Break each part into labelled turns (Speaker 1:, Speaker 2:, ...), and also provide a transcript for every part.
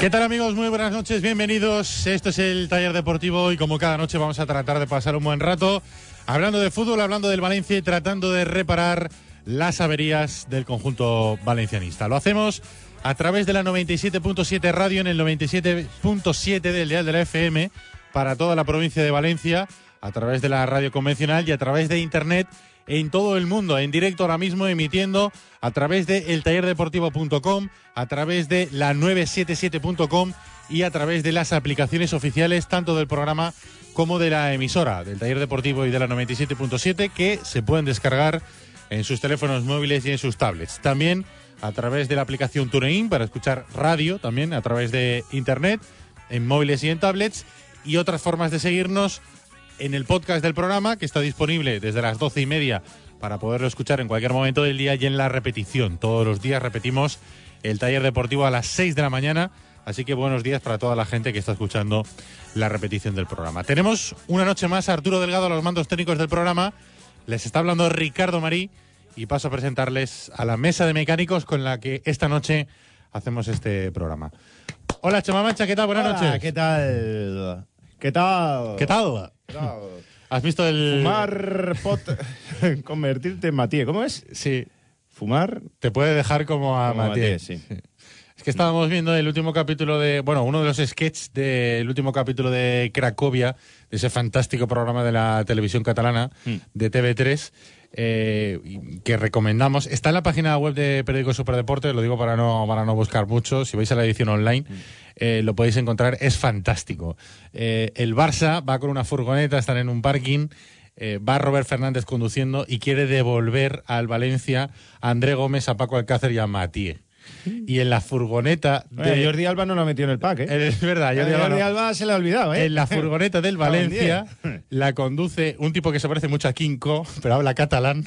Speaker 1: ¿Qué tal amigos? Muy buenas noches, bienvenidos. Esto es el taller deportivo y como cada noche vamos a tratar de pasar un buen rato hablando de fútbol, hablando del Valencia y tratando de reparar las averías del conjunto valencianista. Lo hacemos a través de la 97.7 radio en el 97.7 del dial de la FM para toda la provincia de Valencia, a través de la radio convencional y a través de internet en todo el mundo, en directo ahora mismo, emitiendo a través de eltallerdeportivo.com, a través de la 977.com y a través de las aplicaciones oficiales tanto del programa como de la emisora del Taller Deportivo y de la 97.7 que se pueden descargar en sus teléfonos móviles y en sus tablets. También a través de la aplicación TuneIn para escuchar radio, también a través de internet, en móviles y en tablets y otras formas de seguirnos en el podcast del programa, que está disponible desde las doce y media para poderlo escuchar en cualquier momento del día y en la repetición. Todos los días repetimos el taller deportivo a las 6 de la mañana. Así que buenos días para toda la gente que está escuchando la repetición del programa. Tenemos una noche más a Arturo Delgado a los mandos técnicos del programa. Les está hablando Ricardo Marí y paso a presentarles a la mesa de mecánicos con la que esta noche hacemos este programa. Hola, Chema Mancha, ¿qué tal? Buenas
Speaker 2: Hola,
Speaker 1: noches.
Speaker 2: Ah, ¿Qué tal? ¿Qué tal?
Speaker 1: ¿Qué tal?
Speaker 2: ¿Qué tal?
Speaker 1: ¿Has visto el...?
Speaker 2: Fumar pot... convertirte en Matías. ¿Cómo es?
Speaker 1: Sí,
Speaker 2: Fumar
Speaker 1: te puede dejar como a
Speaker 2: como
Speaker 1: Ah, Matías.
Speaker 2: sí.
Speaker 1: Es que estábamos viendo el último capítulo de. Bueno, uno de los sketches del último capítulo de Cracovia, de ese fantástico programa de la televisión catalana, de TV3, eh, y- que recomendamos. Está en la página web de Periódico Superdeporte, lo digo para no, para no buscar mucho. Si vais a la edición online, eh, lo podéis encontrar. Es fantástico. Eh, el Barça va con una furgoneta, están en un parking. Eh, va Robert Fernández conduciendo y quiere devolver al Valencia a André Gómez, a Paco Alcácer y a Matías. Y en la furgoneta de
Speaker 2: Oye, Eh, Jordi Alba no lo metió en el pack, ¿eh?
Speaker 1: Es verdad, Jordi
Speaker 2: Jordi
Speaker 1: Eh, Alba no.
Speaker 2: Alba se le ha olvidado, ¿eh?
Speaker 1: En la furgoneta del Valencia
Speaker 2: Estaba en diez.
Speaker 1: la conduce un tipo que se parece mucho a Kinko, pero habla catalán.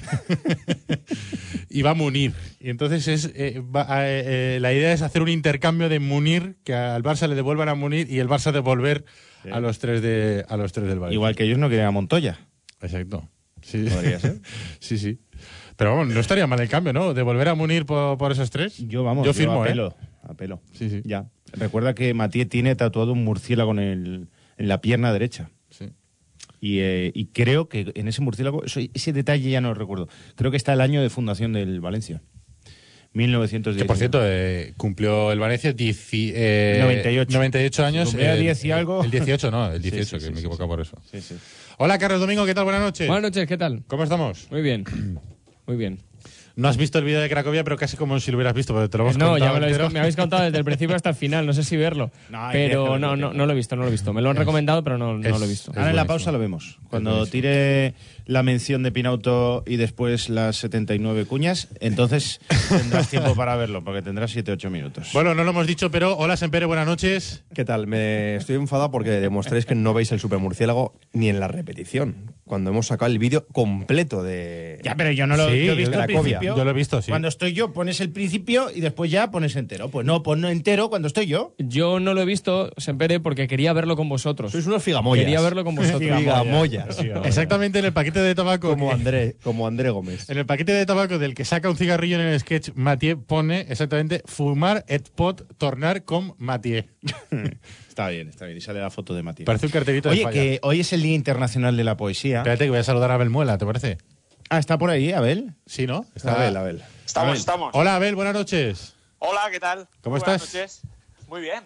Speaker 1: y va a Munir. Y entonces es eh, va- eh, eh, la idea es hacer un intercambio de Munir, que al Barça le devuelvan a Munir y el Barça devolver a los tres de a los tres del Valencia.
Speaker 2: Igual que ellos no querían a Montoya.
Speaker 1: Exacto. Sí.
Speaker 2: Podría ser.
Speaker 1: sí, sí. Pero vamos, no estaría mal el cambio, ¿no? Devolver a Munir por, por esos tres.
Speaker 2: Yo, vamos,
Speaker 1: Yo firmo, ¿eh?
Speaker 2: apelo, apelo.
Speaker 1: Sí, sí.
Speaker 2: Ya. Recuerda que Matías tiene tatuado un murciélago en, el- en la pierna derecha.
Speaker 1: Sí.
Speaker 2: Y, eh, y creo que en ese murciélago, eso- ese detalle ya no lo recuerdo. Creo que está el año de fundación del Valencia. 1910.
Speaker 1: Que por cierto, eh, cumplió el Valencia dieci- eh,
Speaker 2: 98.
Speaker 1: 98 años.
Speaker 2: Cumplía
Speaker 1: el-
Speaker 2: 10 y algo.
Speaker 1: El 18, no, el
Speaker 2: Sí,
Speaker 1: 18,
Speaker 2: sí,
Speaker 1: que
Speaker 2: sí,
Speaker 1: me
Speaker 2: sí,
Speaker 1: he equivocado por eso.
Speaker 2: Sí, sí.
Speaker 1: Hola, Carlos Domingo, ¿qué tal? Buenas noches.
Speaker 3: Buenas noches, ¿qué tal?
Speaker 1: ¿Cómo estamos?
Speaker 3: Muy bien. Muy bien.
Speaker 1: No has visto el vídeo de Cracovia, pero casi como si lo hubieras visto, porque te lo hemos
Speaker 3: Eh, No,
Speaker 1: contado
Speaker 3: ya me, lo habéis,
Speaker 1: entero.
Speaker 3: me habéis contado desde el principio hasta el final, no sé si verlo.
Speaker 2: No, hay que
Speaker 3: pero
Speaker 2: verlo,
Speaker 3: no,
Speaker 2: tío.
Speaker 3: no, no lo he visto, no lo he visto. Me lo han recomendado, pero no, no
Speaker 1: es-
Speaker 3: lo he visto.
Speaker 2: Ahora en la pausa lo vemos. Cuando tire la mención de Pinauto y después las 79 cuñas, entonces tendrás tiempo para verlo, porque tendrás 7-8 minutos.
Speaker 1: Bueno, no lo hemos dicho, pero hola Sempere, buenas noches.
Speaker 4: ¿Qué tal? Me estoy enfadado porque demostráis que no veis el supermurciélago ni en la repetición. Cuando hemos sacado el vídeo completo de.
Speaker 2: ya, pero yo no lo
Speaker 1: Sí,
Speaker 2: yo he visto
Speaker 4: la
Speaker 2: al
Speaker 4: copia.
Speaker 2: principio.
Speaker 1: Yo lo he visto, sí.
Speaker 2: Cuando estoy yo, pones el principio y después ya pones entero. Pues no, pon entero cuando estoy yo.
Speaker 3: Yo no lo he visto, Sempere, porque quería verlo con vosotros.
Speaker 4: Sois unos figamoyas.
Speaker 3: Quería verlo con vosotros.
Speaker 4: Figamoyas.
Speaker 1: Exactamente en el paquete de tabaco.
Speaker 4: Como
Speaker 1: que-
Speaker 4: André, como André Gómez.
Speaker 1: En el paquete de tabaco del que saca un cigarrillo en el sketch, Mathieu pone exactamente fumar et pot tornar con Mathieu.
Speaker 2: Está bien, está bien. Y sale la foto de Matías.
Speaker 1: Parece un cartelito de
Speaker 2: Oye,
Speaker 1: España.
Speaker 2: que hoy es el Día Internacional de la Poesía.
Speaker 1: Espérate que voy a saludar a Abel Muela, ¿te parece?
Speaker 2: Ah, está por ahí, Abel.
Speaker 1: Sí, ¿no? Ah. Está-
Speaker 2: Ah.
Speaker 4: Abel, Abel.
Speaker 5: Estamos,
Speaker 1: Abel.
Speaker 5: estamos.
Speaker 1: Hola, Abel, buenas noches.
Speaker 5: Hola, ¿qué tal?
Speaker 1: ¿Cómo
Speaker 5: Buenas
Speaker 1: estás?
Speaker 5: noches. Muy bien,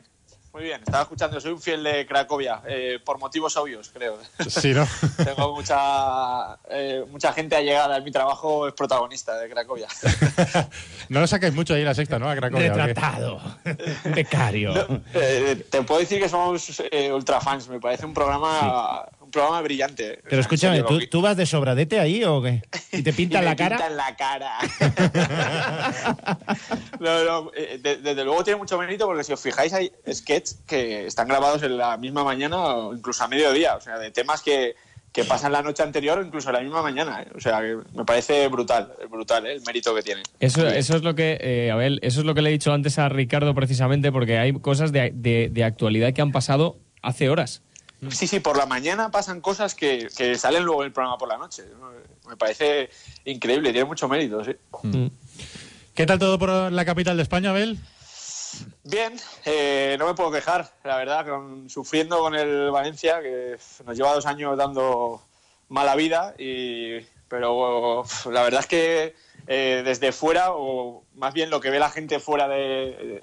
Speaker 5: muy bien. Estaba escuchando, soy un fiel de Cracovia, eh, por motivos obvios, creo.
Speaker 1: Sí, ¿no?
Speaker 5: Tengo mucha, eh, mucha gente allegada. Mi trabajo es protagonista de Cracovia.
Speaker 1: no lo sacáis mucho ahí la sexta, ¿no? A Cracovia. ¿o qué?
Speaker 2: Retratado. Becario.
Speaker 5: Eh, te puedo decir que somos eh, ultrafans. Me parece un programa, un programa brillante.
Speaker 2: Pero
Speaker 5: O sea, en
Speaker 2: escúchame,
Speaker 5: serio,
Speaker 2: ¿tú,
Speaker 5: lo que-
Speaker 2: tú vas de sobradete ahí o qué? ¿Y te pintan
Speaker 5: Y me
Speaker 2: la cara?
Speaker 5: pintan la cara. No, no, eh, de- desde luego tiene mucho mérito porque si os fijáis hay sketches que están grabados en la misma mañana o incluso a mediodía, o sea, de temas que, que pasan la noche anterior o incluso la misma mañana. eh. O sea, que me parece brutal, brutal eh, el mérito que tiene.
Speaker 3: Eso, eso es lo que, eh, Abel, eso es lo que le he dicho antes a Ricardo precisamente, porque hay cosas de, de- de actualidad que han pasado hace horas.
Speaker 2: Mm.
Speaker 5: Sí, sí, por la mañana pasan cosas que, que salen luego en el programa por la noche. Me parece increíble, tiene mucho mérito, sí.
Speaker 2: Mm.
Speaker 1: ¿Qué tal todo por la capital de España, Abel?
Speaker 5: Bien, eh, no me puedo quejar, la verdad, con- sufriendo con el Valencia, que nos lleva dos años dando mala vida, y, pero uf, la verdad es que eh, desde fuera, o más bien lo que ve la gente fuera de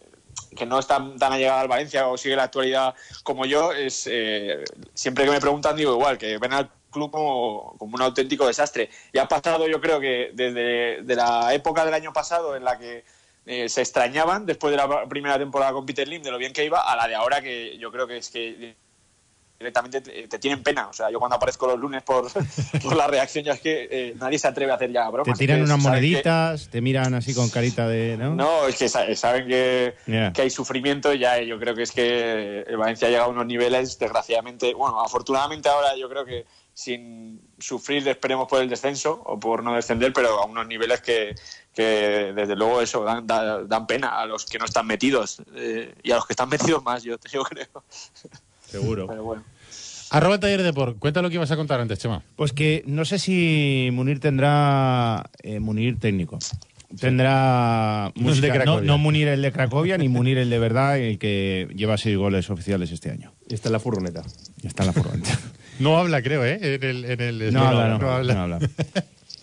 Speaker 5: que no está tan allegada al Valencia o sigue la actualidad como yo, es eh, siempre que me preguntan digo igual, que ven al club como, como un auténtico desastre. Y ha pasado yo creo que desde de la época del año pasado en la que eh, se extrañaban después de la primera temporada con Peter Lim de lo bien que iba a la de ahora que yo creo que es que directamente te, te tienen pena. O sea, yo cuando aparezco los lunes por, por la reacción ya es que eh, nadie se atreve a hacer ya bromas.
Speaker 2: Te tiran
Speaker 5: Es que
Speaker 2: unas
Speaker 5: saben que-
Speaker 2: moneditas, te miran así con carita de. ¿no?
Speaker 5: no, es que sa- saben que,
Speaker 2: Ya.
Speaker 5: que hay sufrimiento y ya eh, yo creo que es que el Valencia ha llegado a unos niveles, desgraciadamente, bueno, afortunadamente ahora yo creo que sin sufrir esperemos por el descenso o por no descender, pero a unos niveles que, que desde luego eso dan, da- dan pena a los que no están metidos eh, y a los que están metidos más, yo, yo creo.
Speaker 2: Seguro.
Speaker 5: Pero bueno.
Speaker 1: Arroba el taller de por. Cuenta lo que ibas a contar antes, Chema.
Speaker 2: Pues que no sé si Munir tendrá. eh, Munir técnico. Tendrá.
Speaker 1: No es
Speaker 2: música-
Speaker 1: de Cracovia.
Speaker 2: no Munir el de Cracovia, ni Munir el de verdad, el que lleva seis goles oficiales este año.
Speaker 4: Y está en la furgoneta.
Speaker 2: Ya está en la furgoneta.
Speaker 1: No habla, creo, ¿eh? En el, en el-
Speaker 2: No habla, no,
Speaker 1: no habla.
Speaker 2: no habla.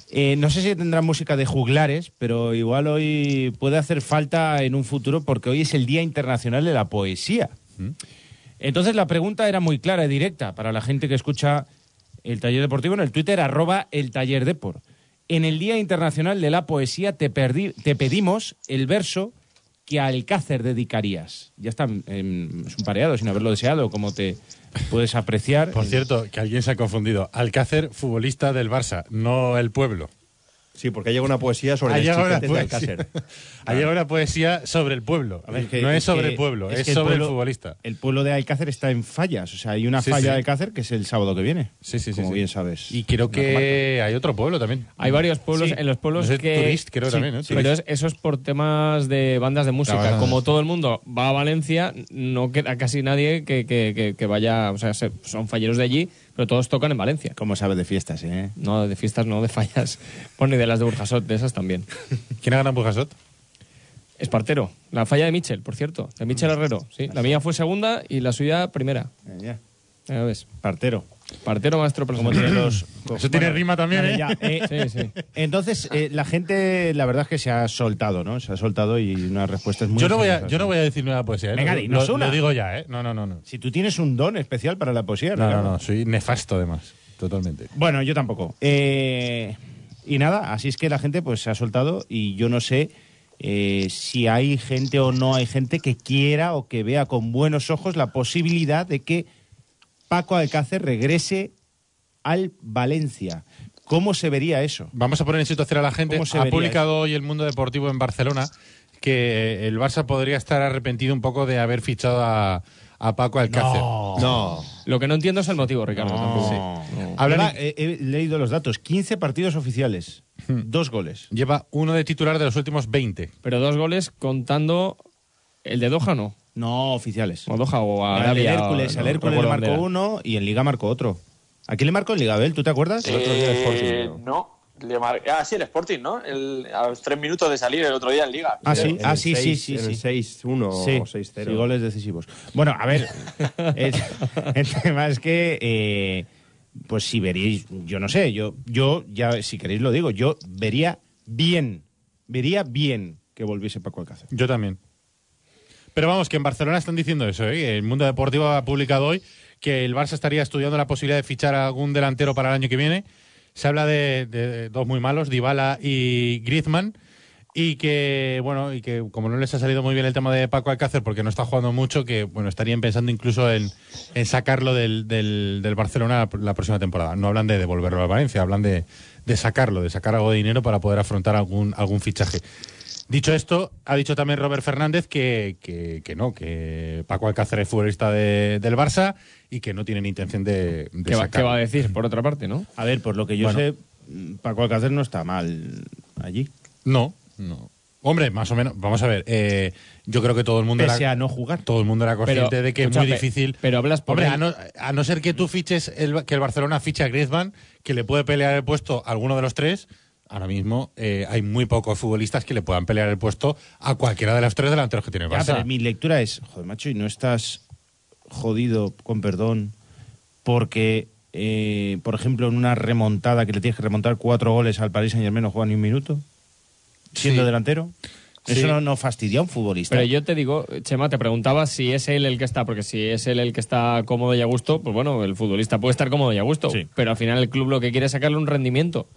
Speaker 2: Eh, no sé si tendrá música de juglares, pero igual hoy puede hacer falta en un futuro porque hoy es el Día Internacional de la Poesía.
Speaker 1: ¿Mm?
Speaker 2: Entonces la pregunta era muy clara y directa para la gente que escucha el taller deportivo en el Twitter arroba el taller depor. En el Día Internacional de la Poesía te, perdi- te pedimos el verso que a Alcácer dedicaríes. Ya está, em, es un pareado sin haberlo deseado, como te puedes apreciar.
Speaker 1: Por cierto, que alguien se ha confundido. Alcácer, futbolista del Barça, no el pueblo.
Speaker 4: Sí, porque llega una poesía sobre
Speaker 1: Ha
Speaker 4: las
Speaker 1: llegado
Speaker 4: chiquetes
Speaker 1: una
Speaker 4: de
Speaker 1: poesía-
Speaker 4: Alcácer.
Speaker 1: ha llegado una poesía sobre el pueblo.
Speaker 2: A ver, que-
Speaker 1: no es, sobre
Speaker 2: que-
Speaker 1: el pueblo, es,
Speaker 2: que
Speaker 1: sobre el
Speaker 2: pueblo-
Speaker 1: futbolista.
Speaker 2: El pueblo de Alcácer está en fallas. O sea, hay una
Speaker 1: Sí,
Speaker 2: falla
Speaker 1: sí.
Speaker 2: de Alcácer que es el sábado que viene.
Speaker 1: Sí, sí, sí,
Speaker 2: Como
Speaker 1: sí.
Speaker 2: bien sabes.
Speaker 1: Y creo que hay otro pueblo también.
Speaker 3: Hay varios pueblos,
Speaker 2: Sí.
Speaker 3: en los pueblos
Speaker 1: No sé,
Speaker 3: que...
Speaker 1: Turist, creo también, ¿eh?
Speaker 3: Pero es- eso es por temas de bandas de música.
Speaker 1: banda de
Speaker 3: Como
Speaker 1: música.
Speaker 3: todo el mundo va a Valencia, no queda casi nadie que, que- que- que vaya... O sea, se- son falleros de allí, pero todos tocan en Valencia.
Speaker 2: Como sabes de fiestas, ¿eh?
Speaker 3: No, de fiestas no, de fallas. Bueno, y de las de Burjasot, de esas también.
Speaker 1: ¿Quién ha ganado en Burjasot?
Speaker 3: Espartero. La falla de Michel, por cierto. De Michel Herrero, sí. La mía fue segunda y la suya primera.
Speaker 2: Eh, ya.
Speaker 3: Ya ves.
Speaker 2: Partero.
Speaker 3: Partero, maestro,
Speaker 2: Como
Speaker 3: presente.
Speaker 2: tiene los.
Speaker 1: Eso tiene rima también,
Speaker 2: vale,
Speaker 1: ¿eh?
Speaker 2: ya,
Speaker 3: Sí,
Speaker 2: eh,
Speaker 3: sí.
Speaker 2: Entonces, eh, la gente, la verdad es que se ha soltado, ¿no? Se ha soltado y una respuesta es muy.
Speaker 1: Yo no, voy a,
Speaker 2: generosa.
Speaker 1: yo no voy a decir nueva poesía. ¿eh?
Speaker 2: Venga,
Speaker 1: Lo-
Speaker 2: dinos
Speaker 1: lo,
Speaker 2: una.
Speaker 1: lo digo ya, ¿eh? No, no, no. No,
Speaker 2: Si tú tienes un don especial para la poesía,
Speaker 1: no, no,
Speaker 2: Ricardo.
Speaker 1: no, Soy nefasto, además. Totalmente.
Speaker 2: Bueno, yo tampoco. Eh, Y nada, así es que la gente pues se ha soltado y yo no sé eh, si hay gente o no hay gente que quiera o que vea con buenos ojos la posibilidad de que Paco Alcácer regrese al Valencia. ¿Cómo se vería eso?
Speaker 1: Vamos a poner en situación a la gente.
Speaker 2: ¿Cómo se
Speaker 1: Ha
Speaker 2: vería
Speaker 1: publicado hoy el Mundo Deportivo en Barcelona que eh, el Barça podría estar arrepentido un poco de haber fichado a, a Paco Alcácer.
Speaker 4: No.
Speaker 3: Lo que no entiendo es el motivo, Ricardo. tampoco.
Speaker 2: Hablaba- he, he leído los datos, 15 partidos oficiales, dos goles.
Speaker 1: Lleva uno de titular de los últimos 20.
Speaker 3: Pero dos goles contando el de Doha, ¿no?
Speaker 2: No oficiales.
Speaker 3: O Doha o a
Speaker 2: Al
Speaker 3: Arabia,
Speaker 2: Hércules,
Speaker 3: o-
Speaker 2: al
Speaker 3: no
Speaker 2: Hércules le
Speaker 3: recuerdo dónde
Speaker 2: marcó
Speaker 3: era.
Speaker 2: uno y en Liga marcó otro. ¿A quién le marcó en Liga, Abel? ¿Tú te acuerdas?
Speaker 4: El otro día el Sporting,
Speaker 5: Eh,
Speaker 4: creo.
Speaker 5: no. Le mar- Ah, sí, el Sporting, ¿no? El- a los tres minutos de salir el otro día en Liga.
Speaker 2: Ah, sí,
Speaker 4: En
Speaker 2: ah,
Speaker 4: el
Speaker 2: sí, sí,
Speaker 4: seis-
Speaker 2: sí.
Speaker 4: en
Speaker 2: sí.
Speaker 4: el 6-1
Speaker 2: Sí,
Speaker 4: o 6-0.
Speaker 2: sí, goles decisivos. Bueno, a ver, el, el tema es que, eh, pues si veréis, yo no sé, yo, yo ya, si queréis lo digo, yo vería bien, vería bien que volviese Paco Alcácer.
Speaker 1: Yo también. Pero vamos, que en Barcelona están diciendo eso. ¿eh? El Mundo Deportivo ha publicado hoy que el Barça estaría estudiando la posibilidad de fichar a algún delantero para el año que viene. Se habla de, de dos muy malos, Dybala y Griezmann. Y que, bueno, y que como no les ha salido muy bien el tema de Paco Alcácer porque no está jugando mucho, que, bueno, estarían pensando incluso en, en sacarlo del, del- del Barcelona la, la próxima temporada. No hablan de devolverlo a Valencia, hablan de, de sacarlo, de sacar algo de dinero para poder afrontar algún, algún fichaje. Dicho esto, ha dicho también Robert Fernández que, que- que no, que Paco Alcácer es futbolista de- del Barça y que no tienen intención de, de
Speaker 3: ¿Qué va,
Speaker 1: sacarlo.
Speaker 3: qué va a decir, por otra parte, no?
Speaker 2: A ver, por lo que yo
Speaker 1: Bueno.
Speaker 2: sé, Paco Alcácer no está mal allí.
Speaker 1: No, no. Hombre, más o menos, vamos a ver, eh, yo creo que todo el mundo
Speaker 2: Pese
Speaker 1: era,
Speaker 2: a no jugar.
Speaker 1: todo el mundo era consciente de que es
Speaker 3: escucha,
Speaker 1: muy
Speaker 3: pe-
Speaker 1: difícil.
Speaker 3: pero hablas por
Speaker 1: Hombre,
Speaker 3: él.
Speaker 1: a no, a no ser que tú fiches, el- que el Barcelona fiche a Griezmann, que le puede pelear el puesto a alguno de los tres, ahora mismo eh, hay muy pocos futbolistas que le puedan pelear el puesto a cualquiera de los tres delanteros que tiene el
Speaker 2: Ya,
Speaker 1: Barça.
Speaker 2: pero mi lectura es, joder, macho, y no estás jodido, con perdón, porque, eh, por ejemplo, en una remontada que le tienes que remontar cuatro goles al Paris Saint Germain no juega ni un minuto, siendo
Speaker 1: Sí.
Speaker 2: delantero.
Speaker 1: Sí.
Speaker 2: Eso no, no fastidia a un futbolista.
Speaker 3: Pero yo te digo, Chema, te preguntaba si es él el que está, porque si es él el que está cómodo y a gusto, pues bueno, el futbolista puede estar cómodo y a gusto,
Speaker 2: Sí.
Speaker 3: pero al final el club lo que quiere es sacarle un rendimiento.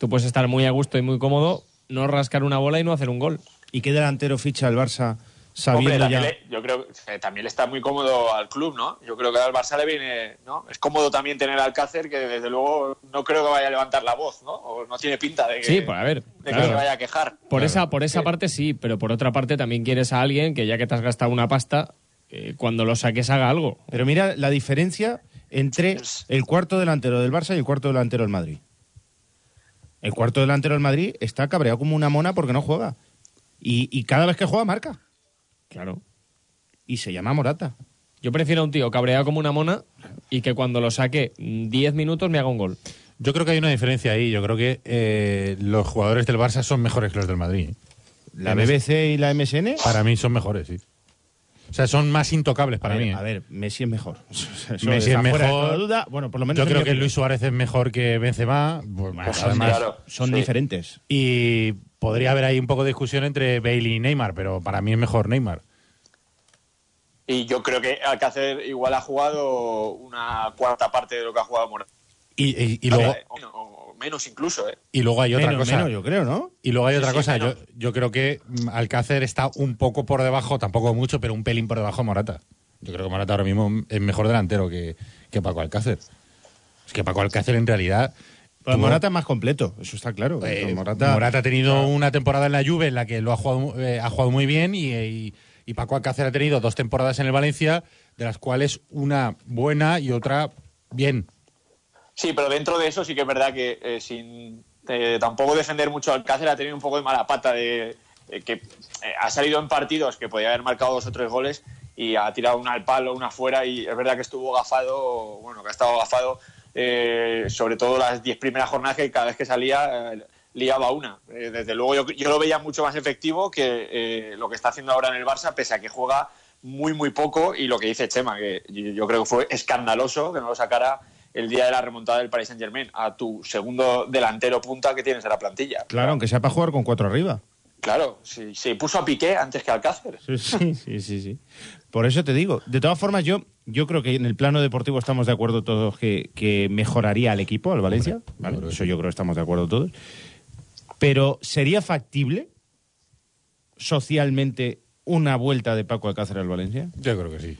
Speaker 3: Tú puedes estar muy a gusto y muy cómodo, no rascar una bola y no hacer un gol.
Speaker 2: ¿Y qué delantero ficha el Barça
Speaker 5: Hombre,
Speaker 2: sabiendo
Speaker 5: también
Speaker 2: ya?
Speaker 5: le- yo creo que eh, también le está muy cómodo al club, ¿no? Yo creo que al Barça le viene, ¿no? Es cómodo también tener al Cácer, que desde luego no creo que vaya a levantar la voz, ¿no? O no tiene pinta
Speaker 2: Eh,
Speaker 5: de que,
Speaker 3: Sí, pues a ver,
Speaker 5: de que
Speaker 3: claro.
Speaker 5: se vaya a quejar.
Speaker 3: Por esa, por esa parte sí, pero por otra parte también quieres a alguien que ya que te has gastado una pasta, eh, cuando lo saques haga algo.
Speaker 2: Pero mira la diferencia entre el cuarto delantero del Barça y el cuarto delantero del Madrid. El cuarto delantero del Madrid está cabreado como una mona porque no juega. Y, y cada vez que juega marca.
Speaker 3: Claro.
Speaker 2: Y se llama Morata.
Speaker 3: Yo prefiero a un tío cabreado como una mona y que cuando lo saque mm, 10 minutos me haga un gol.
Speaker 1: Yo creo que hay una diferencia ahí. Yo creo que eh, los jugadores del Barça son mejores que los del Madrid. ¿eh?
Speaker 2: La
Speaker 1: En es-
Speaker 2: BBC y la MSN.
Speaker 1: Para mí son mejores, sí. O sea, son más intocables para
Speaker 2: a ver,
Speaker 1: mí. ¿eh?
Speaker 2: a ver, Messi es mejor. Eso
Speaker 1: Messi
Speaker 2: está
Speaker 1: es
Speaker 2: fuera de
Speaker 1: mejor.
Speaker 2: toda duda. Bueno, por lo menos
Speaker 1: Yo
Speaker 2: en
Speaker 1: creo
Speaker 2: mi
Speaker 1: que
Speaker 2: opinión.
Speaker 1: Luis Suárez es mejor que Benzema. pues,
Speaker 2: Bueno, son
Speaker 1: además.
Speaker 2: de- son
Speaker 5: Sí.
Speaker 2: diferentes.
Speaker 1: Y podría haber ahí un poco de discusión entre Bailey y Neymar, pero para mí es mejor Neymar.
Speaker 5: Y yo creo que Alcácer igual ha jugado una cuarta parte de lo que ha jugado Morata.
Speaker 1: Y, y- y luego,
Speaker 5: O- o menos incluso, ¿eh?
Speaker 1: y luego hay otra
Speaker 2: Menos,
Speaker 1: cosa.
Speaker 2: menos, yo creo, ¿no?
Speaker 1: Y luego hay otra
Speaker 5: sí,
Speaker 1: cosa. Yo,
Speaker 5: menos.
Speaker 1: yo creo que mm, Alcácer está un poco por debajo, tampoco mucho, pero un pelín por debajo de Morata. Yo creo que Morata ahora mismo es mejor delantero que, que Paco Alcácer. Es que Paco Alcácer en realidad.
Speaker 2: Pues
Speaker 1: tuvo-
Speaker 2: Morata es más completo, eso está claro.
Speaker 1: Eh,
Speaker 2: Pero
Speaker 1: Morata, ha tenido una temporada en la Juve en la que lo ha jugado, eh, ha jugado muy bien y, eh, y- y Paco Alcácer ha tenido dos temporadas en el Valencia, de las cuales una buena y otra bien.
Speaker 5: Sí, pero dentro de eso sí que es verdad que eh, sin eh, tampoco defender mucho al Cáceres ha tenido un poco de mala pata de eh, que eh, ha salido en partidos que podía haber marcado dos o tres goles y ha tirado una al palo, una fuera y es verdad que estuvo gafado, bueno, que ha estado gafado eh, sobre todo las diez primeras jornadas que cada vez que salía eh, liaba una. Eh, desde luego yo, yo lo veía mucho más efectivo que eh, lo que está haciendo ahora en el Barça, pese a que juega muy, muy poco y lo que dice Chema, que yo, yo creo que fue escandaloso que no lo sacara el día de la remontada del Paris Saint-Germain a tu segundo delantero punta que tienes en la plantilla.
Speaker 2: Claro, aunque sea para jugar con cuatro arriba.
Speaker 5: Claro, si se puso a Piqué antes que a Alcácer.
Speaker 2: Sí, sí, sí, sí, sí. Por eso te digo. De todas formas, yo Yo creo que en el plano deportivo estamos de acuerdo todos que, que mejoraría al equipo, al Valencia. ¿vale? Eso yo creo que estamos de acuerdo todos. Pero ¿sería factible socialmente una vuelta de Paco Alcácer al Valencia?
Speaker 1: Yo creo que sí.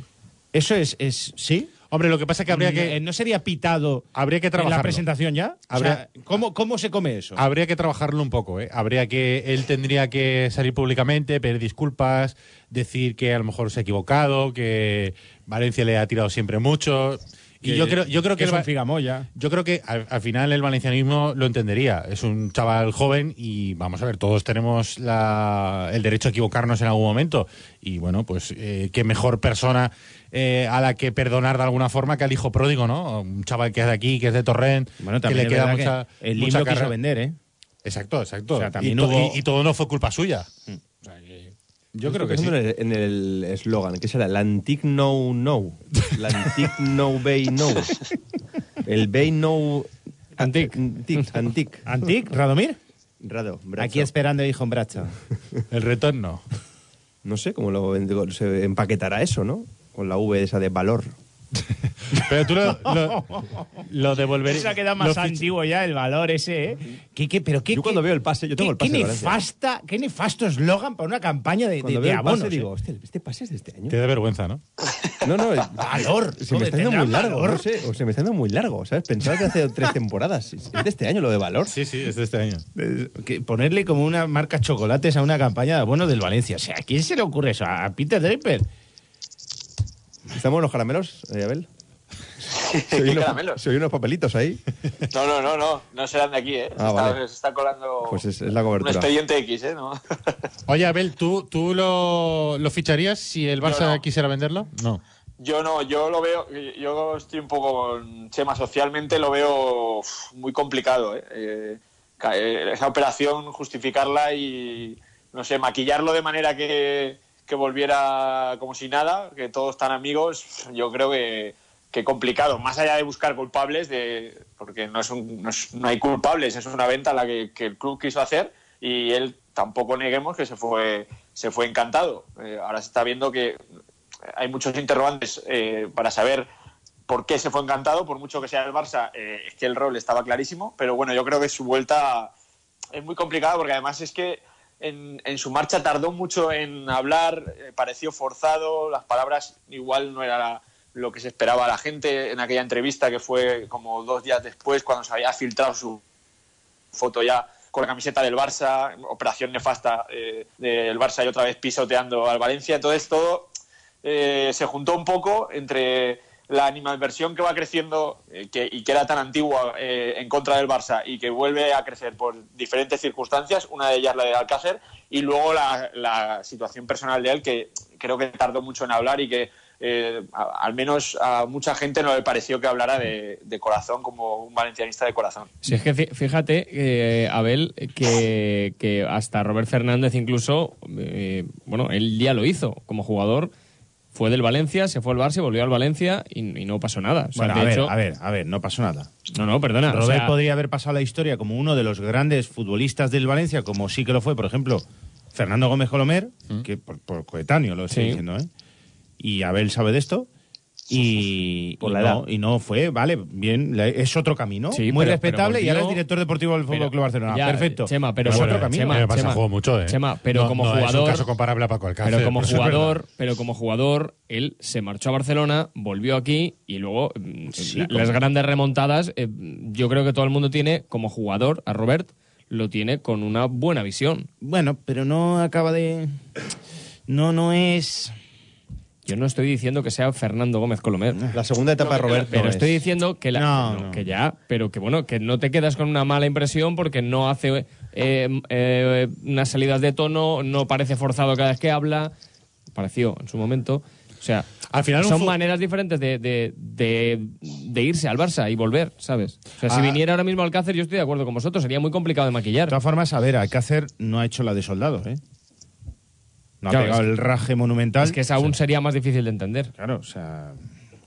Speaker 2: Eso es, es ¿sí?
Speaker 1: Hombre, lo que pasa es que habría
Speaker 2: Eh,
Speaker 1: que,
Speaker 2: ¿No sería pitado
Speaker 1: habría que
Speaker 2: en la
Speaker 1: trabajarlo. Ah,
Speaker 2: presentación ya? O sea, ¿cómo, ¿Cómo se come eso?
Speaker 1: Habría que trabajarlo un poco, ¿eh? Habría que. Él tendría que salir públicamente, pedir disculpas, decir que a lo mejor se ha equivocado, que Valencia le ha tirado siempre mucho. Y yo creo, yo creo que,
Speaker 2: es
Speaker 1: el Va-
Speaker 2: un figamoya.
Speaker 1: yo creo que al, al final el valencianismo lo entendería. Es un chaval joven y vamos a ver, todos tenemos la- el derecho a equivocarnos en algún momento. Y bueno, pues eh, qué mejor persona eh, a la que perdonar de alguna forma que al hijo pródigo, ¿no? Un chaval que es de aquí, que es de Torrent,
Speaker 2: Bueno,
Speaker 1: que
Speaker 2: también
Speaker 1: le
Speaker 2: es
Speaker 1: queda
Speaker 2: verdad
Speaker 1: mucha.
Speaker 2: que el
Speaker 1: mucha
Speaker 2: libro quiso
Speaker 1: carrera.
Speaker 2: vender, ¿eh?
Speaker 1: Exacto, exacto.
Speaker 2: O sea, también
Speaker 1: y, to-
Speaker 2: hubo-
Speaker 1: y- y todo no fue culpa suya. O sea, que- Yo creo que sí.
Speaker 4: Pensando En el en el eslogan, que será el Antic No No. El Antic No Bay No. El Bay No.
Speaker 3: Antic.
Speaker 4: Antic. Antic.
Speaker 2: ¿Antic? ¿Radomir?
Speaker 4: Rado. brazo.
Speaker 2: Aquí esperando, dijo un brazo.
Speaker 1: El retorno.
Speaker 4: No sé cómo lo vend- se empaquetará eso, ¿no? Con la V esa de valor.
Speaker 1: Pero tú lo, lo, lo devolverías.
Speaker 2: Eso ha quedado más
Speaker 1: lo fich-
Speaker 2: antiguo ya, el valor ese, ¿eh? ¿Qué, qué- pero qué,
Speaker 4: Yo
Speaker 2: qué-
Speaker 4: cuando veo el pase, yo tengo
Speaker 2: qué-
Speaker 4: el pase
Speaker 2: Qué,
Speaker 4: de Valencia.
Speaker 2: nefasta, qué nefasto eslogan para una campaña de, de,
Speaker 4: Cuando
Speaker 2: de
Speaker 4: veo el
Speaker 2: abonos.
Speaker 4: pase
Speaker 2: ¿eh?
Speaker 4: digo, hostia, este pase es de este año.
Speaker 1: Te da vergüenza, ¿no?
Speaker 4: No, no. eh,
Speaker 2: Valor.
Speaker 4: Se me
Speaker 2: Joder,
Speaker 4: está yendo muy
Speaker 2: ¿tendrá
Speaker 4: largo,
Speaker 2: valor?
Speaker 4: no sé, o se me está yendo muy largo, ¿sabes? Pensaba que hace tres temporadas. Es de este año lo de valor.
Speaker 1: Sí, sí, es de este año.
Speaker 2: Eh, que ponerle como una marca chocolates a una campaña de abonos del Valencia. O sea, ¿a quién se le ocurre eso? ¿A Peter Draper?
Speaker 4: ¿Estamos en los caramelos, eh, Abel? Se
Speaker 5: ¿Qué
Speaker 4: oyen unos-
Speaker 5: caramelos?
Speaker 4: Se oyen unos papelitos ahí.
Speaker 5: No, no, no, no, no serán de aquí, ¿eh?
Speaker 4: Ah,
Speaker 5: Está-
Speaker 4: vale.
Speaker 5: Se está colando
Speaker 4: Pues es- es la
Speaker 5: un
Speaker 4: cobertura.
Speaker 5: expediente X, ¿eh? ¿No?
Speaker 1: Oye, Abel, ¿tú, tú lo, lo ficharías si el Barça
Speaker 5: no.
Speaker 1: quisiera venderlo? No.
Speaker 5: Yo no, yo lo veo, yo estoy un poco con Chema, socialmente lo veo uf, muy complicado. ¿eh? Eh, ca- eh, esa operación, justificarla y, no sé, maquillarlo de manera que, que volviera como si nada, que todos tan amigos, yo creo que, que complicado. Más allá de buscar culpables, de, porque no, es un- no, es- no hay culpables, es una venta la que, que el club quiso hacer y él tampoco neguemos que se fue, se fue encantado. Eh, ahora se está viendo que hay muchos interrogantes eh, para saber por qué se fue encantado, por mucho que sea el Barça, eh, es que el rol estaba clarísimo, pero bueno, yo creo que su vuelta es muy complicada porque además es que en, en su marcha tardó mucho en hablar, eh, pareció forzado, las palabras igual no era la- lo que se esperaba a la gente en aquella entrevista que fue como dos días después cuando se había filtrado su foto ya con la camiseta del Barça, operación nefasta eh, del Barça y otra vez pisoteando al Valencia, entonces todo eh, se juntó un poco entre la animadversión que va creciendo eh, que- y que era tan antigua eh, en contra del Barça y que vuelve a crecer por diferentes circunstancias, una de ellas la de Alcácer, y luego la, la situación personal de él que creo que tardó mucho en hablar y que eh, a- al menos a mucha gente no le pareció que hablara de, de corazón como un valencianista de corazón.
Speaker 3: Si es que fí- fíjate, eh, Abel, que, que hasta Robert Fernández incluso, eh, bueno, él ya lo hizo como jugador. Fue del Valencia, se fue al Barça, y volvió al Valencia y, y no pasó nada. O sea,
Speaker 2: Bueno,
Speaker 3: de
Speaker 2: a ver,
Speaker 3: hecho-
Speaker 2: a ver, a ver, no pasó nada.
Speaker 3: No, no, perdona. o
Speaker 2: Robert
Speaker 3: sea,
Speaker 2: podría haber pasado la historia como uno de los grandes futbolistas del Valencia, como sí que lo fue, por ejemplo, Fernando Gómez Colomer, que por, por coetáneo lo estoy
Speaker 3: Mm. Sí.
Speaker 2: diciendo, ¿eh? Y Abel sabe de esto. Y,
Speaker 4: Por
Speaker 2: y
Speaker 4: la
Speaker 2: no,
Speaker 4: edad.
Speaker 2: y no fue, vale, bien, la- es otro camino,
Speaker 3: Sí,
Speaker 2: muy
Speaker 3: pero-
Speaker 2: respetable,
Speaker 3: pero
Speaker 2: y ahora es
Speaker 3: volvió-
Speaker 2: director deportivo del Fútbol
Speaker 3: pero-
Speaker 2: Club Barcelona.
Speaker 3: ya, eh,
Speaker 2: Perfecto.
Speaker 3: Chema, pero
Speaker 2: es
Speaker 3: bueno,
Speaker 2: otro camino.
Speaker 3: Chema,
Speaker 1: el Barça
Speaker 3: Chema,
Speaker 1: jugó mucho, ¿eh?
Speaker 3: Chema, pero
Speaker 1: No-
Speaker 3: como
Speaker 1: no es un
Speaker 3: jugador-
Speaker 1: caso comparable a Paco Alcácer.
Speaker 3: Pero como
Speaker 1: eso es verdad.
Speaker 3: jugador, pero como jugador, él se marchó a Barcelona, volvió aquí y luego mm,
Speaker 2: Sí,
Speaker 3: la-
Speaker 2: como-
Speaker 3: las grandes remontadas, eh, yo creo que todo el mundo tiene como jugador a Robert lo tiene con una buena visión.
Speaker 2: Bueno, pero no acaba de. No, no es.
Speaker 3: Yo no estoy diciendo que sea Fernando Gómez Colomer.
Speaker 1: Eh.
Speaker 4: La segunda etapa de Roberto.
Speaker 3: Pero
Speaker 4: es-
Speaker 3: estoy diciendo que, la-
Speaker 2: No,
Speaker 3: no,
Speaker 2: no.
Speaker 3: que ya, pero que bueno, que no te quedas con una mala impresión porque no hace eh, eh, unas salidas de tono, no parece forzado cada vez que habla, pareció en su momento. O sea,
Speaker 1: Al final un
Speaker 3: son
Speaker 1: fu-
Speaker 3: maneras diferentes de, de- de- de irse al Barça y volver, ¿sabes? O sea, si
Speaker 1: Ah.
Speaker 3: viniera ahora mismo Alcácer, yo estoy de acuerdo con vosotros, sería muy complicado de
Speaker 2: De
Speaker 3: maquillar.
Speaker 2: todas formas, a ver, Alcácer no ha hecho la de soldados, ¿eh? No ha
Speaker 3: Claro,
Speaker 2: pegado
Speaker 3: es que-
Speaker 2: el raje monumental.
Speaker 3: Es que esa aún sería más difícil de entender.
Speaker 2: Claro, o sea.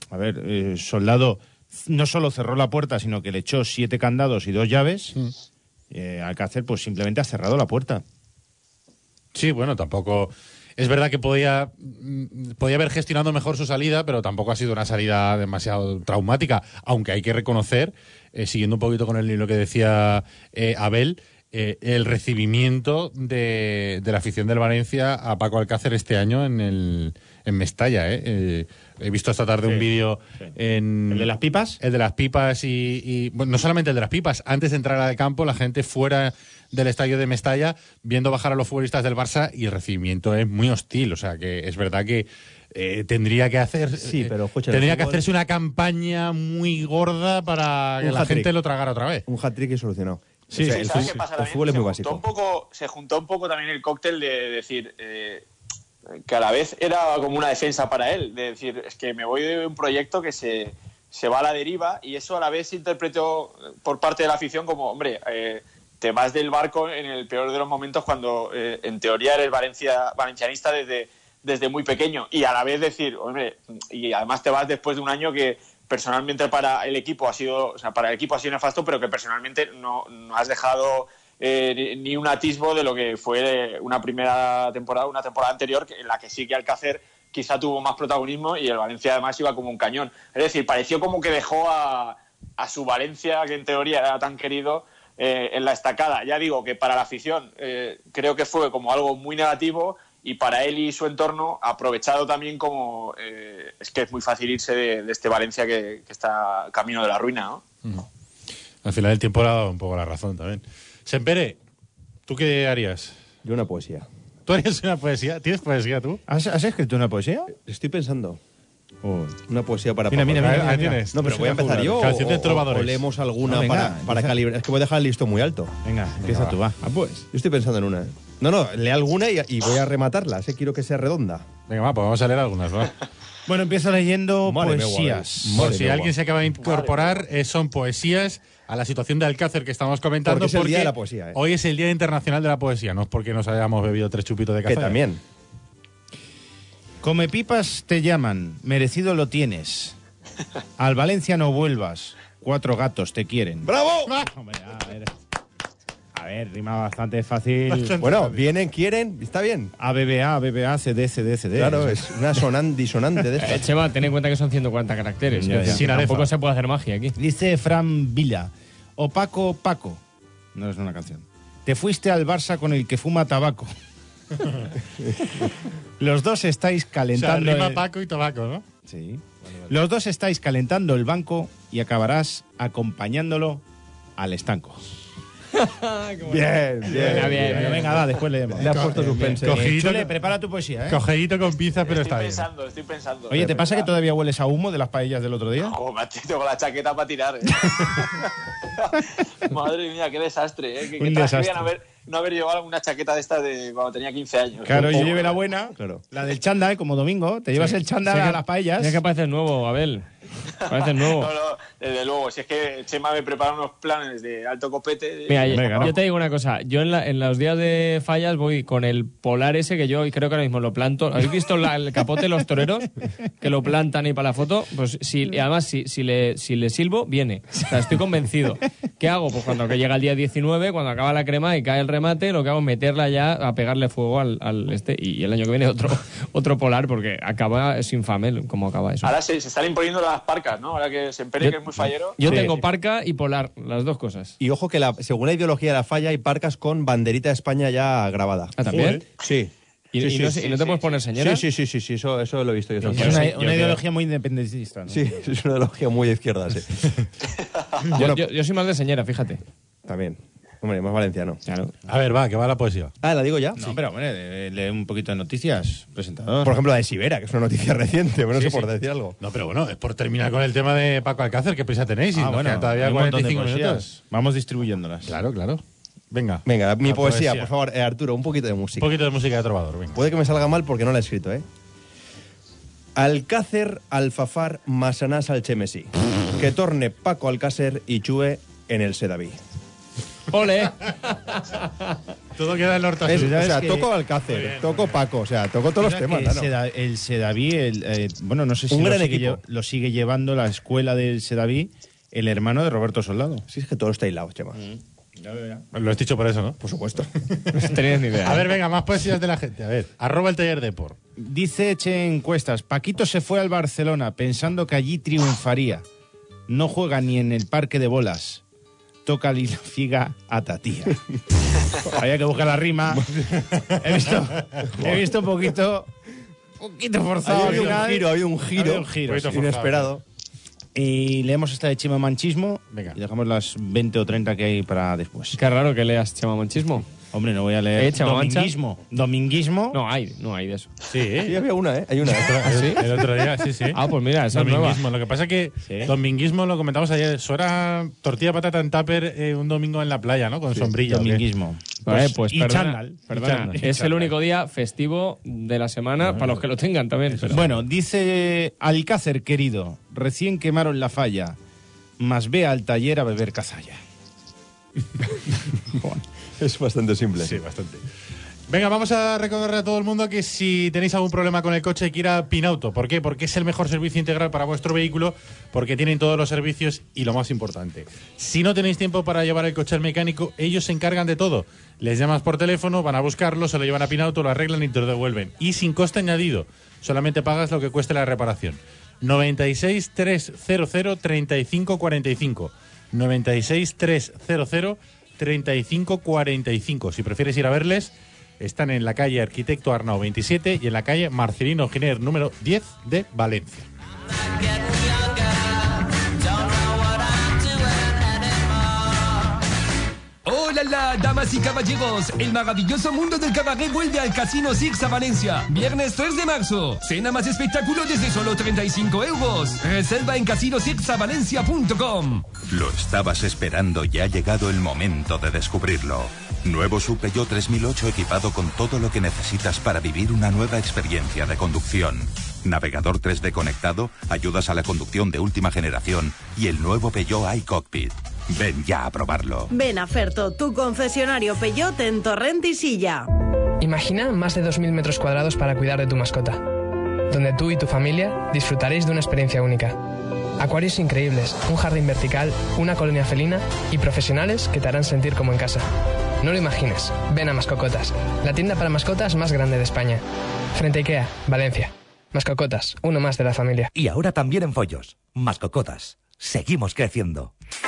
Speaker 2: A ver, eh, Soldado no solo cerró la puerta, sino que le echó siete candados y dos llaves.
Speaker 3: Mm.
Speaker 2: Eh, Alcácer, pues simplemente ha cerrado la puerta.
Speaker 1: Sí, bueno, tampoco. Es verdad que podía, mm, podía haber gestionado mejor su salida, pero tampoco ha sido una salida demasiado traumática. Aunque hay que reconocer, eh, siguiendo un poquito con el, lo que decía eh, Abel, eh, el recibimiento de, de la afición del Valencia a Paco Alcácer este año en, el, en Mestalla. ¿eh? Eh, he visto esta tarde un vídeo en.
Speaker 6: ¿El de las pipas?
Speaker 1: El de las pipas y, y- bueno, no solamente el de las pipas, antes de entrar al campo, la gente fuera del estadio de Mestalla, viendo bajar a los futbolistas del Barça y el recibimiento es muy hostil. O sea que es verdad que eh, tendría que hacer
Speaker 4: Sí,
Speaker 1: eh,
Speaker 4: pero, escucha, el
Speaker 1: tendría que
Speaker 4: fútbol-
Speaker 1: hacerse una campaña muy gorda para que
Speaker 4: Un
Speaker 1: la
Speaker 4: hat-trick.
Speaker 1: gente lo tragara otra vez.
Speaker 4: Un hat-trick y solucionado.
Speaker 1: Sí,
Speaker 4: O sea,
Speaker 1: sí,
Speaker 4: el
Speaker 1: sí,
Speaker 4: fútbol,
Speaker 1: sí.
Speaker 4: el
Speaker 5: pasa también?
Speaker 4: fútbol es
Speaker 5: Se
Speaker 4: muy
Speaker 5: juntó
Speaker 4: básico.
Speaker 5: Un poco, se juntó un poco también el cóctel de decir eh, que a la vez era como una defensa para él, de decir, es que me voy de un proyecto que se, se va a la deriva y eso a la vez se interpretó por parte de la afición como, hombre, eh, te vas del barco en el peor de los momentos cuando eh, en teoría eres Valencia, valencianista desde, desde muy pequeño y a la vez decir, hombre, y además te vas después de un año que personalmente para el equipo ha sido, o sea, para el equipo ha sido nefasto, pero que personalmente no, no has dejado eh, ni- ni un atisbo de lo que fue eh, una primera temporada, una temporada anterior, que- en la que sí que Alcácer quizá tuvo más protagonismo y el Valencia además iba como un cañón. Es decir, pareció como que dejó a, a su Valencia, que en teoría era tan querido, eh, en la estacada. Ya digo que para la afición eh, creo que fue como algo muy negativo y para él y su entorno aprovechado también como eh, es que es muy fácil irse de, de este Valencia que, que está camino de la ruina, ¿no?
Speaker 1: Al final el tiempo le ha dado un poco la razón también. Sempere, ¿tú qué harías?
Speaker 4: Yo una poesía.
Speaker 1: ¿Tú harías una poesía? ¿Tienes poesía tú?
Speaker 2: ¿Has, has escrito una poesía?
Speaker 4: Eh, Estoy pensando. Una poesía para
Speaker 2: Mira,
Speaker 4: Paco.
Speaker 2: mira,
Speaker 1: Ahí-
Speaker 2: mira,
Speaker 1: ahí
Speaker 2: mira.
Speaker 1: tienes.
Speaker 4: No, pero voy a empezar yo.
Speaker 1: Canción
Speaker 4: o-
Speaker 1: de
Speaker 4: o-
Speaker 1: trovadores.
Speaker 4: o leemos alguna
Speaker 2: No, venga,
Speaker 4: para, para
Speaker 2: empieza.
Speaker 4: calibrar. Es que voy a dejar el listo muy alto.
Speaker 2: Venga, empieza tú, va.
Speaker 3: Ah, pues.
Speaker 4: Yo estoy pensando en una. ¿eh? No, no, lea alguna y, y voy a rematarla. Sé, quiero que sea redonda.
Speaker 1: Venga, va, pues vamos a leer algunas, ¿va?
Speaker 2: Bueno, empieza leyendo
Speaker 4: Madre mía,
Speaker 2: poesías.
Speaker 4: guay.
Speaker 1: Por
Speaker 4: Madre
Speaker 1: si
Speaker 4: mía,
Speaker 1: alguien
Speaker 4: guau.
Speaker 1: se acaba de incorporar, eh, son poesías a la situación de Alcácer que estamos comentando.
Speaker 4: Porque es el Día de la Poesía, ¿eh?
Speaker 1: Hoy es el Día Internacional de la Poesía, no es porque nos hayamos bebido tres chupitos de café.
Speaker 4: Que también.
Speaker 2: Come pipas te llaman, merecido lo tienes. Al Valencia no vuelvas, cuatro gatos te quieren.
Speaker 4: ¡Bravo!
Speaker 2: Hombre, a ver. A ver, rima bastante fácil.
Speaker 4: Bueno, vienen, quieren, está bien.
Speaker 2: ABBA, BBA, CD, CD, CD.
Speaker 4: Claro, es una sonan- disonante de
Speaker 3: Eh,
Speaker 4: estas.
Speaker 3: Chema, ten en cuenta que son 140 caracteres.
Speaker 2: Ya,
Speaker 3: que
Speaker 2: ya.
Speaker 3: que
Speaker 1: Sin
Speaker 3: tampoco
Speaker 1: arefa.
Speaker 3: se puede hacer magia aquí.
Speaker 2: Dice Fran Vila, opaco, opaco. No es una canción. Te fuiste al Barça con el que fuma tabaco. Los dos estáis
Speaker 1: O sea,
Speaker 2: calentando.
Speaker 1: rima
Speaker 2: el-
Speaker 1: Paco y Tabaco, ¿no?
Speaker 2: Sí. Los dos estáis calentando el banco y acabarás acompañándolo al estanco.
Speaker 4: Bien,
Speaker 3: Venga,
Speaker 4: Ah, bien.
Speaker 3: bien,
Speaker 2: Pero
Speaker 3: bien.
Speaker 2: venga, va, después leemos.
Speaker 4: Le has puesto suspense.
Speaker 1: bien. Cogidito
Speaker 2: eh, Chule,
Speaker 1: que-
Speaker 2: prepara tu poesía, ¿eh?
Speaker 1: Cogedito con pinzas, pero
Speaker 5: estoy
Speaker 1: está bien.
Speaker 5: pensando, estoy pensando.
Speaker 2: Oye, ¿te pasa que todavía hueles a humo de las paellas del otro día?
Speaker 5: Joder, macho, tengo la chaqueta para tirar. ¿eh? Madre mía, qué desastre. ¿eh? Qué, qué
Speaker 2: Un
Speaker 5: tragedia
Speaker 2: desastre.
Speaker 5: No, haber, no haber llevado una chaqueta de estas de cuando tenía 15 años.
Speaker 2: Claro,
Speaker 5: Un
Speaker 2: yo
Speaker 5: poco.
Speaker 2: llevé la buena,
Speaker 4: Claro.
Speaker 2: la del chándal, como domingo. Te llevas el chándal
Speaker 3: Sí,
Speaker 2: a
Speaker 3: que-
Speaker 2: las
Speaker 3: Es
Speaker 2: paellas.
Speaker 3: que pareces nuevo, Abel. Pareces nuevo.
Speaker 5: No, no, desde luego. Si es que Chema me prepara unos planes de alto copete.
Speaker 3: Mira, yo-
Speaker 2: Venga,
Speaker 3: yo,
Speaker 2: no.
Speaker 3: te digo una cosa. Yo en, la- en los días de fallas voy con el polar ese que yo y creo que ahora mismo lo planto. ¿Habéis visto la- el capote de los toreros? Que lo plantan ahí para la foto. Pues si, y además, si, si le, si le silbo, viene. O sea, estoy convencido. ¿Qué hago? Pues cuando que llega el día 19, cuando acaba la crema y cae el remate, lo que hago es meterla ya a pegarle fuego al, al este. Y, y el año que viene otro, otro polar, porque acaba, es infame como acaba eso.
Speaker 5: Ahora se, se están imponiendo las parcas, ¿no? Ahora que se empere,
Speaker 3: Yo-
Speaker 5: que es muy fallero.
Speaker 3: Yo
Speaker 4: Sí.
Speaker 3: tengo parca y polar, las dos cosas.
Speaker 4: Y ojo que la, según la ideología de la falla hay parcas con banderita de España ya grabada.
Speaker 3: Ah, ¿también?
Speaker 4: Sí.
Speaker 3: Y,
Speaker 4: Sí,
Speaker 3: y
Speaker 4: sí,
Speaker 3: no, sé-
Speaker 4: sí,
Speaker 3: y no te
Speaker 4: sí,
Speaker 3: puedes poner señora.
Speaker 4: Sí, sí, sí, sí, sí, eso, eso lo he visto yo.
Speaker 2: Es
Speaker 4: también.
Speaker 2: una,
Speaker 3: sí, yo
Speaker 2: una
Speaker 3: creo-
Speaker 2: ideología muy independentista. ¿no?
Speaker 4: Sí, es una ideología muy de izquierda, sí.
Speaker 3: Yo,
Speaker 4: Bueno,
Speaker 3: yo- yo soy más de señera, fíjate.
Speaker 4: también. Hombre, más valenciano.
Speaker 3: Claro.
Speaker 1: A ver, va, que va la poesía.
Speaker 4: Ah, ¿la digo ya? Ah.
Speaker 2: No, pero hombre, de- lee un poquito de noticias, presentador.
Speaker 4: Por ejemplo, la de Sibera, que es una noticia reciente, bueno, no
Speaker 1: Sí,
Speaker 4: sé por
Speaker 1: sí.
Speaker 4: decir algo.
Speaker 1: No, pero bueno, es por terminar con el tema de Paco Alcácer, qué prisa tenéis. Y
Speaker 2: Ah,
Speaker 1: nos quedan todavía
Speaker 2: hay un montón de
Speaker 1: 45
Speaker 2: poesías.
Speaker 1: minutos.
Speaker 2: Vamos distribuyéndolas.
Speaker 1: Claro, claro. Venga.
Speaker 4: Venga, mi
Speaker 1: la
Speaker 4: Ah, poesía, por favor, eh, Arturo, un poquito de
Speaker 1: Un
Speaker 4: música.
Speaker 1: poquito de música de trovador, venga.
Speaker 4: Puede que me salga mal porque no la he escrito, ¿eh? Alcácer, Alfafar, Masanás, Alchemesí. Que torne Paco Alcácer y Chue en el Sedaví.
Speaker 3: ¡Ole!
Speaker 1: Todo queda en Horta
Speaker 4: Es-
Speaker 1: Sur.
Speaker 4: o sea,
Speaker 2: que-
Speaker 4: toco Alcácer, toco Paco, o sea, toco todos los
Speaker 2: Mira
Speaker 4: temas.
Speaker 2: que
Speaker 4: Nano.
Speaker 2: Seda- el Sedaví, el, eh, bueno, no sé si
Speaker 4: Un
Speaker 2: lo
Speaker 4: gran
Speaker 2: sigue,
Speaker 4: equipo.
Speaker 2: lle- lo sigue llevando la escuela del Sedaví, el hermano de Roberto Soldado.
Speaker 4: Si es que todo está hilado, Chema.
Speaker 1: Lo has dicho por eso, ¿no?
Speaker 4: Por supuesto.
Speaker 3: No tenías ni idea. ¿eh?
Speaker 1: A ver, venga, más poesías de la gente. A ver, arroba el taller de por.
Speaker 2: Dice Eche Encuestas, Paquito se fue al Barcelona pensando que allí triunfaría. No juega ni en el parque de bolas. Toca la figa a Tatía. Había que buscar la rima. He visto, he visto un poquito, un poquito forzado.
Speaker 4: Había
Speaker 2: al
Speaker 4: un
Speaker 2: final.
Speaker 4: giro, había un giro.
Speaker 2: Había un giro,
Speaker 1: Poquito sí.
Speaker 4: Inesperado.
Speaker 2: Y leemos esta de Chema Manchismo
Speaker 1: Venga.
Speaker 2: y dejamos las 20 o 30 que hay para después.
Speaker 3: Qué raro que leas Chema Manchismo.
Speaker 2: Hombre, no voy a leer.
Speaker 3: ¿Eh, Chema Mancha?
Speaker 2: Dominguismo. Dominguismo.
Speaker 3: No hay, no hay de eso.
Speaker 1: Sí, ¿eh?
Speaker 4: Sí, había una, ¿eh? Hay una.
Speaker 1: El, el otro día, sí, sí.
Speaker 3: Ah, pues mira, esa es nueva.
Speaker 1: Dominguismo. Lo que pasa es que
Speaker 2: Sí.
Speaker 1: dominguismo lo comentamos ayer. Suena tortilla de patata en tupper eh, un domingo en la playa, ¿no? Con sombrilla. ¿o qué?
Speaker 2: Dominguismo.
Speaker 3: Vale, pues
Speaker 2: y
Speaker 3: perdona,
Speaker 2: chándal.
Speaker 3: perdona.
Speaker 1: chándal. Y
Speaker 3: Es el único día festivo de la semana para los que lo tengan también. pero-
Speaker 2: Bueno, dice Alcácer, querido, recién quemaron la falla, más ve al taller a beber cazalla.
Speaker 4: Es bastante simple.
Speaker 1: Sí, bastante. Venga, vamos a recordar a todo el mundo que si tenéis algún problema con el coche hay que ir a Pinauto. ¿Por qué? Porque es el mejor servicio integral para vuestro vehículo, porque tienen todos los servicios y lo más importante. Si no tenéis tiempo para llevar el coche al mecánico, ellos se encargan de todo. Les llamas por teléfono, van a buscarlo, se lo llevan a Pinauto, lo arreglan y te lo devuelven. Y sin coste añadido, solamente pagas lo que cueste la reparación. 96 300 3545. 96 300 3545. Si prefieres ir a verles, están en la calle Arquitecto Arnau 27 y en la calle Marcelino Giner número 10 de Valencia.
Speaker 6: Hola, la, damas y caballeros. El maravilloso mundo del cabaret vuelve al Casino Six a Valencia. Viernes 3 de marzo. Cena más espectáculo desde solo 35 euros. Reserva en casinosixavalencia.com.
Speaker 7: Lo estabas esperando y ha llegado el momento de descubrirlo. Nuevo Sub Peugeot 3008 equipado con todo lo que necesitas para vivir una nueva experiencia de conducción. Navegador 3D conectado, ayudas a la conducción de última generación y el nuevo Peugeot iCockpit. Ven ya a probarlo.
Speaker 8: Ven a Ferto, tu concesionario Peyote en Torrent y Silla.
Speaker 9: Imagina más de 2.000 metros cuadrados para cuidar de tu mascota, donde tú y tu familia disfrutaréis de una experiencia única. Acuarios increíbles, un jardín vertical, una colonia felina y profesionales que te harán sentir como en casa. No lo imagines, ven a Mascocotas, la tienda para mascotas más grande de España. Frente a Ikea, Valencia. Mascocotas, uno más de la familia.
Speaker 6: Y ahora también en Follos. Más cocotas. Seguimos creciendo.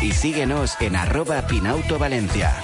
Speaker 10: y síguenos en arroba pinauto valencia.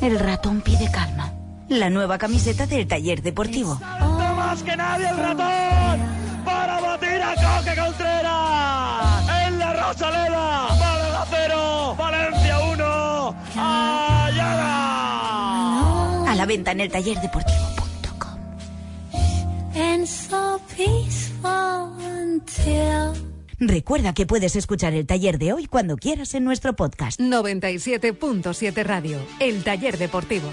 Speaker 8: El ratón pide calma. La nueva camiseta del taller deportivo.
Speaker 9: más que nadie el ratón para batir a Coque Contreras en la Rosaleda. Málaga 0, Valencia 1, Ayala.
Speaker 8: A la venta en el tallerdeportivo.com. Recuerda que puedes escuchar el taller de hoy cuando quieras en nuestro podcast.
Speaker 9: 97.7 Radio, el taller deportivo.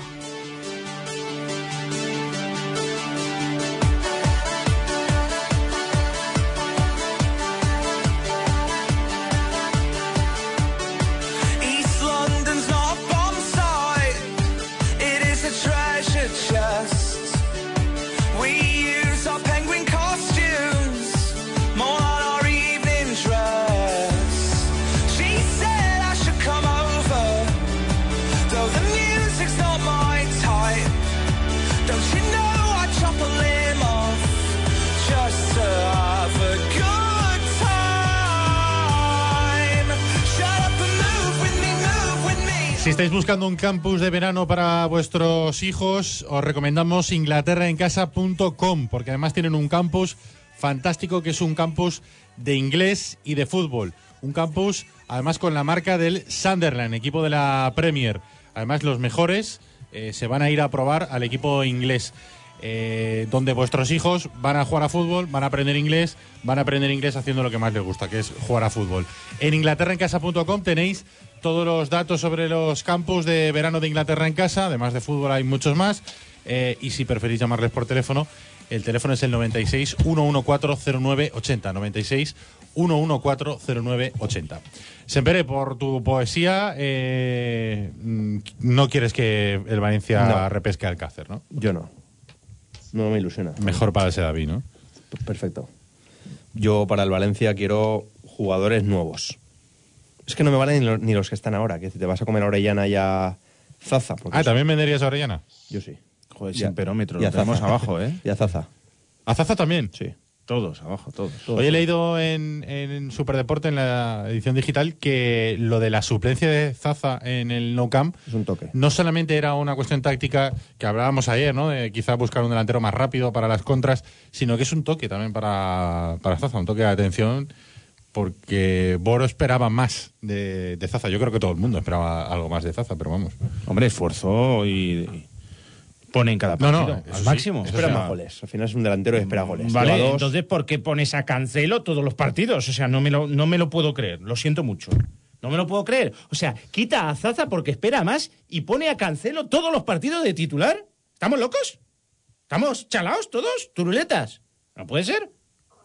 Speaker 6: East London's not bombsite. It is a treasure chest. We use our penguin costumes more on our evening dress. She said I should come over, though the music's not my type. Don't you know I chop a limb off just to have a good time? Shut up and move with me, move with me.
Speaker 1: Si estáis buscando un campus de verano para vuestros hijos, os recomendamos inglaterraencasa.com, porque además tienen un campus fantástico que es un campus de inglés y de fútbol. un campus además con la marca del Sunderland, equipo de la Premier. Además los mejores eh, se van a ir a probar al equipo inglés. eh, donde vuestros hijos van a jugar a fútbol, van a aprender inglés, van a aprender inglés haciendo lo que más les gusta, que es jugar a fútbol. En inglaterraencasa.com tenéis todos los datos sobre los campus de verano de Inglaterra en casa, además de fútbol hay muchos más, eh, y si preferís llamarles por teléfono, el teléfono es el 96 114 0980, 96 114 0980. Sempere, por tu poesía, eh, mm, no quieres que el Valencia
Speaker 4: No.
Speaker 1: repesque al Cácer, ¿no?
Speaker 4: Yo no. No me ilusiona.
Speaker 1: Mejor para ese David, ¿no?
Speaker 4: Perfecto. Yo para el Valencia quiero jugadores nuevos. Es que no me valen ni lo- ni los que están ahora, que te vas a comer a Orellana y a Zaza. porque
Speaker 1: Ah,
Speaker 4: es-
Speaker 1: ¿también venderías a Orellana?
Speaker 4: Yo sí.
Speaker 2: Joder,
Speaker 4: Ya-
Speaker 2: Pues sin perómetro,
Speaker 4: y a
Speaker 2: lo tenemos
Speaker 4: Zaza.
Speaker 2: abajo, ¿eh?
Speaker 4: Y a Zaza.
Speaker 1: ¿A Zaza también?
Speaker 4: Sí.
Speaker 2: Todos, abajo, todos.
Speaker 1: Hoy he leído en, en Superdeporte, en la edición digital, que lo de la suplencia de Zaza en el No Camp
Speaker 4: Es un toque.
Speaker 1: no solamente era una cuestión táctica que hablábamos ayer, ¿no? De quizá buscar un delantero más rápido para las contras, sino que es un toque también para, para Zaza, un toque de atención, porque Boro esperaba más de, de Zaza. Yo creo que todo el mundo esperaba algo más de Zaza, pero vamos.
Speaker 2: Hombre, esforzó y, y pone en cada
Speaker 1: No, no,
Speaker 2: partido
Speaker 1: eso
Speaker 2: al
Speaker 1: sí,
Speaker 2: máximo.
Speaker 1: eso
Speaker 4: Espera
Speaker 1: O sea-
Speaker 4: más goles. Al final es un delantero y espera goles. Lleva
Speaker 2: Mm, Vale,
Speaker 4: dos.
Speaker 2: entonces, ¿por qué pones a Cancelo todos los partidos? O sea, no me lo, no me lo puedo creer. Lo siento mucho. No me lo puedo creer. O sea, quita a Zaza porque espera más y pone a Cancelo todos los partidos de titular. ¿Estamos locos? ¿Estamos chalaos todos? ¿Turuletas? ¿No puede ser?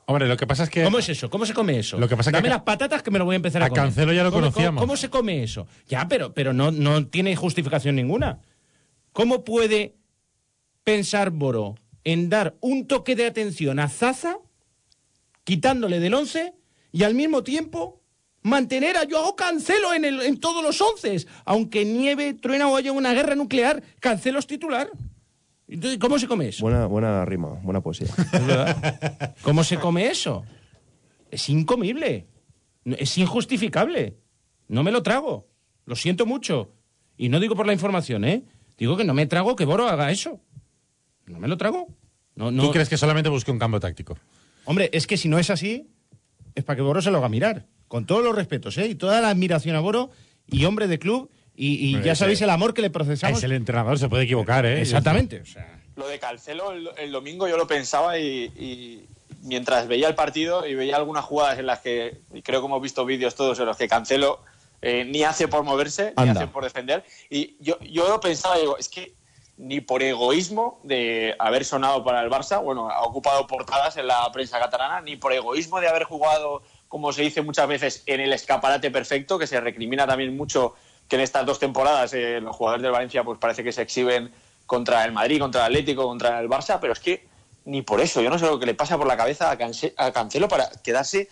Speaker 1: Hombre, lo que pasa es que...
Speaker 2: ¿Cómo es eso? ¿Cómo se come eso?
Speaker 1: Lo que pasa es que
Speaker 2: Dame
Speaker 1: a Ca-
Speaker 2: las patatas que me lo voy a empezar a,
Speaker 1: a
Speaker 2: comer.
Speaker 1: Cancelo ya lo
Speaker 2: ¿Cómo- cómo-
Speaker 1: conocíamos.
Speaker 2: ¿Cómo se come eso? Ya, pero, pero no, no tiene justificación ninguna. ¿Cómo puede pensar Boro en dar un toque de atención a Zaza, quitándole del 11, y al mismo tiempo mantener a Joao Cancelo en, el- en todos los 11, aunque nieve, truena o haya una guerra nuclear, Cancelo es titular? Entonces, ¿Cómo se come eso?
Speaker 4: Buena, buena rima, buena poesía.
Speaker 2: Es verdad. ¿Cómo se come eso? Es incomible. No- Es injustificable. No me lo trago. Lo siento mucho. Y no digo por la información, ¿eh? Digo que no me trago que Boro haga eso. No me lo trago. No, no.
Speaker 1: ¿Tú crees que solamente busque un cambio táctico?
Speaker 2: Hombre, es que si no es así, es para que Boro se lo haga mirar. Con todos los respetos, ¿eh? Y toda la admiración a Boro y hombre de club. Y, y
Speaker 1: Hombre,
Speaker 2: ya
Speaker 1: ese-
Speaker 2: sabéis el amor que le procesamos.
Speaker 1: Es el entrenador, se puede equivocar, ¿eh?
Speaker 2: Exactamente. o sea.
Speaker 5: Lo de Cancelo el, el domingo yo lo pensaba y, y mientras veía el partido y veía algunas jugadas en las que, y creo que hemos visto vídeos todos en los que Cancelo eh, ni hace por moverse, ni
Speaker 4: Anda.
Speaker 5: hace por defender, y yo, yo lo pensaba, digo, es que ni por egoísmo de haber sonado para el Barça, bueno, ha ocupado portadas en la prensa catalana, ni por egoísmo de haber jugado, como se dice muchas veces, en el escaparate perfecto, que se recrimina también mucho que en estas dos temporadas eh, los jugadores del Valencia pues parece que se exhiben contra el Madrid, contra el Atlético, contra el Barça, pero es que ni por eso, yo no sé lo que le pasa por la cabeza a, Canse- a Cancelo para quedarse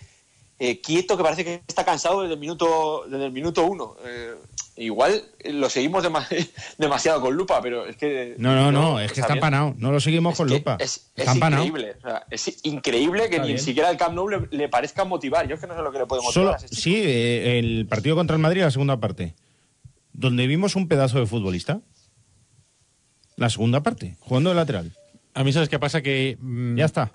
Speaker 5: eh, quieto, que parece que está cansado desde el minuto, desde el minuto uno. Eh, igual eh, lo seguimos dema- demasiado con lupa, pero es que...
Speaker 2: No, no,
Speaker 5: yo,
Speaker 2: no, es que está
Speaker 5: también-
Speaker 2: empanado. No lo seguimos
Speaker 5: es
Speaker 2: con
Speaker 5: que
Speaker 2: lupa.
Speaker 5: Es, es
Speaker 2: está empanado.
Speaker 5: increíble. o sea, es increíble que
Speaker 2: Está
Speaker 5: ni
Speaker 2: bien.
Speaker 5: siquiera al Camp Nou le, le parezca motivar. Yo es que no sé lo que le puede motivar.
Speaker 2: Solo,
Speaker 5: a ese chico.
Speaker 2: sí, eh, el partido contra el Madrid, la segunda parte. Donde vimos un pedazo de futbolista. La segunda parte, jugando de lateral.
Speaker 1: A mí, ¿sabes qué pasa? Que. mm,
Speaker 2: Ya está.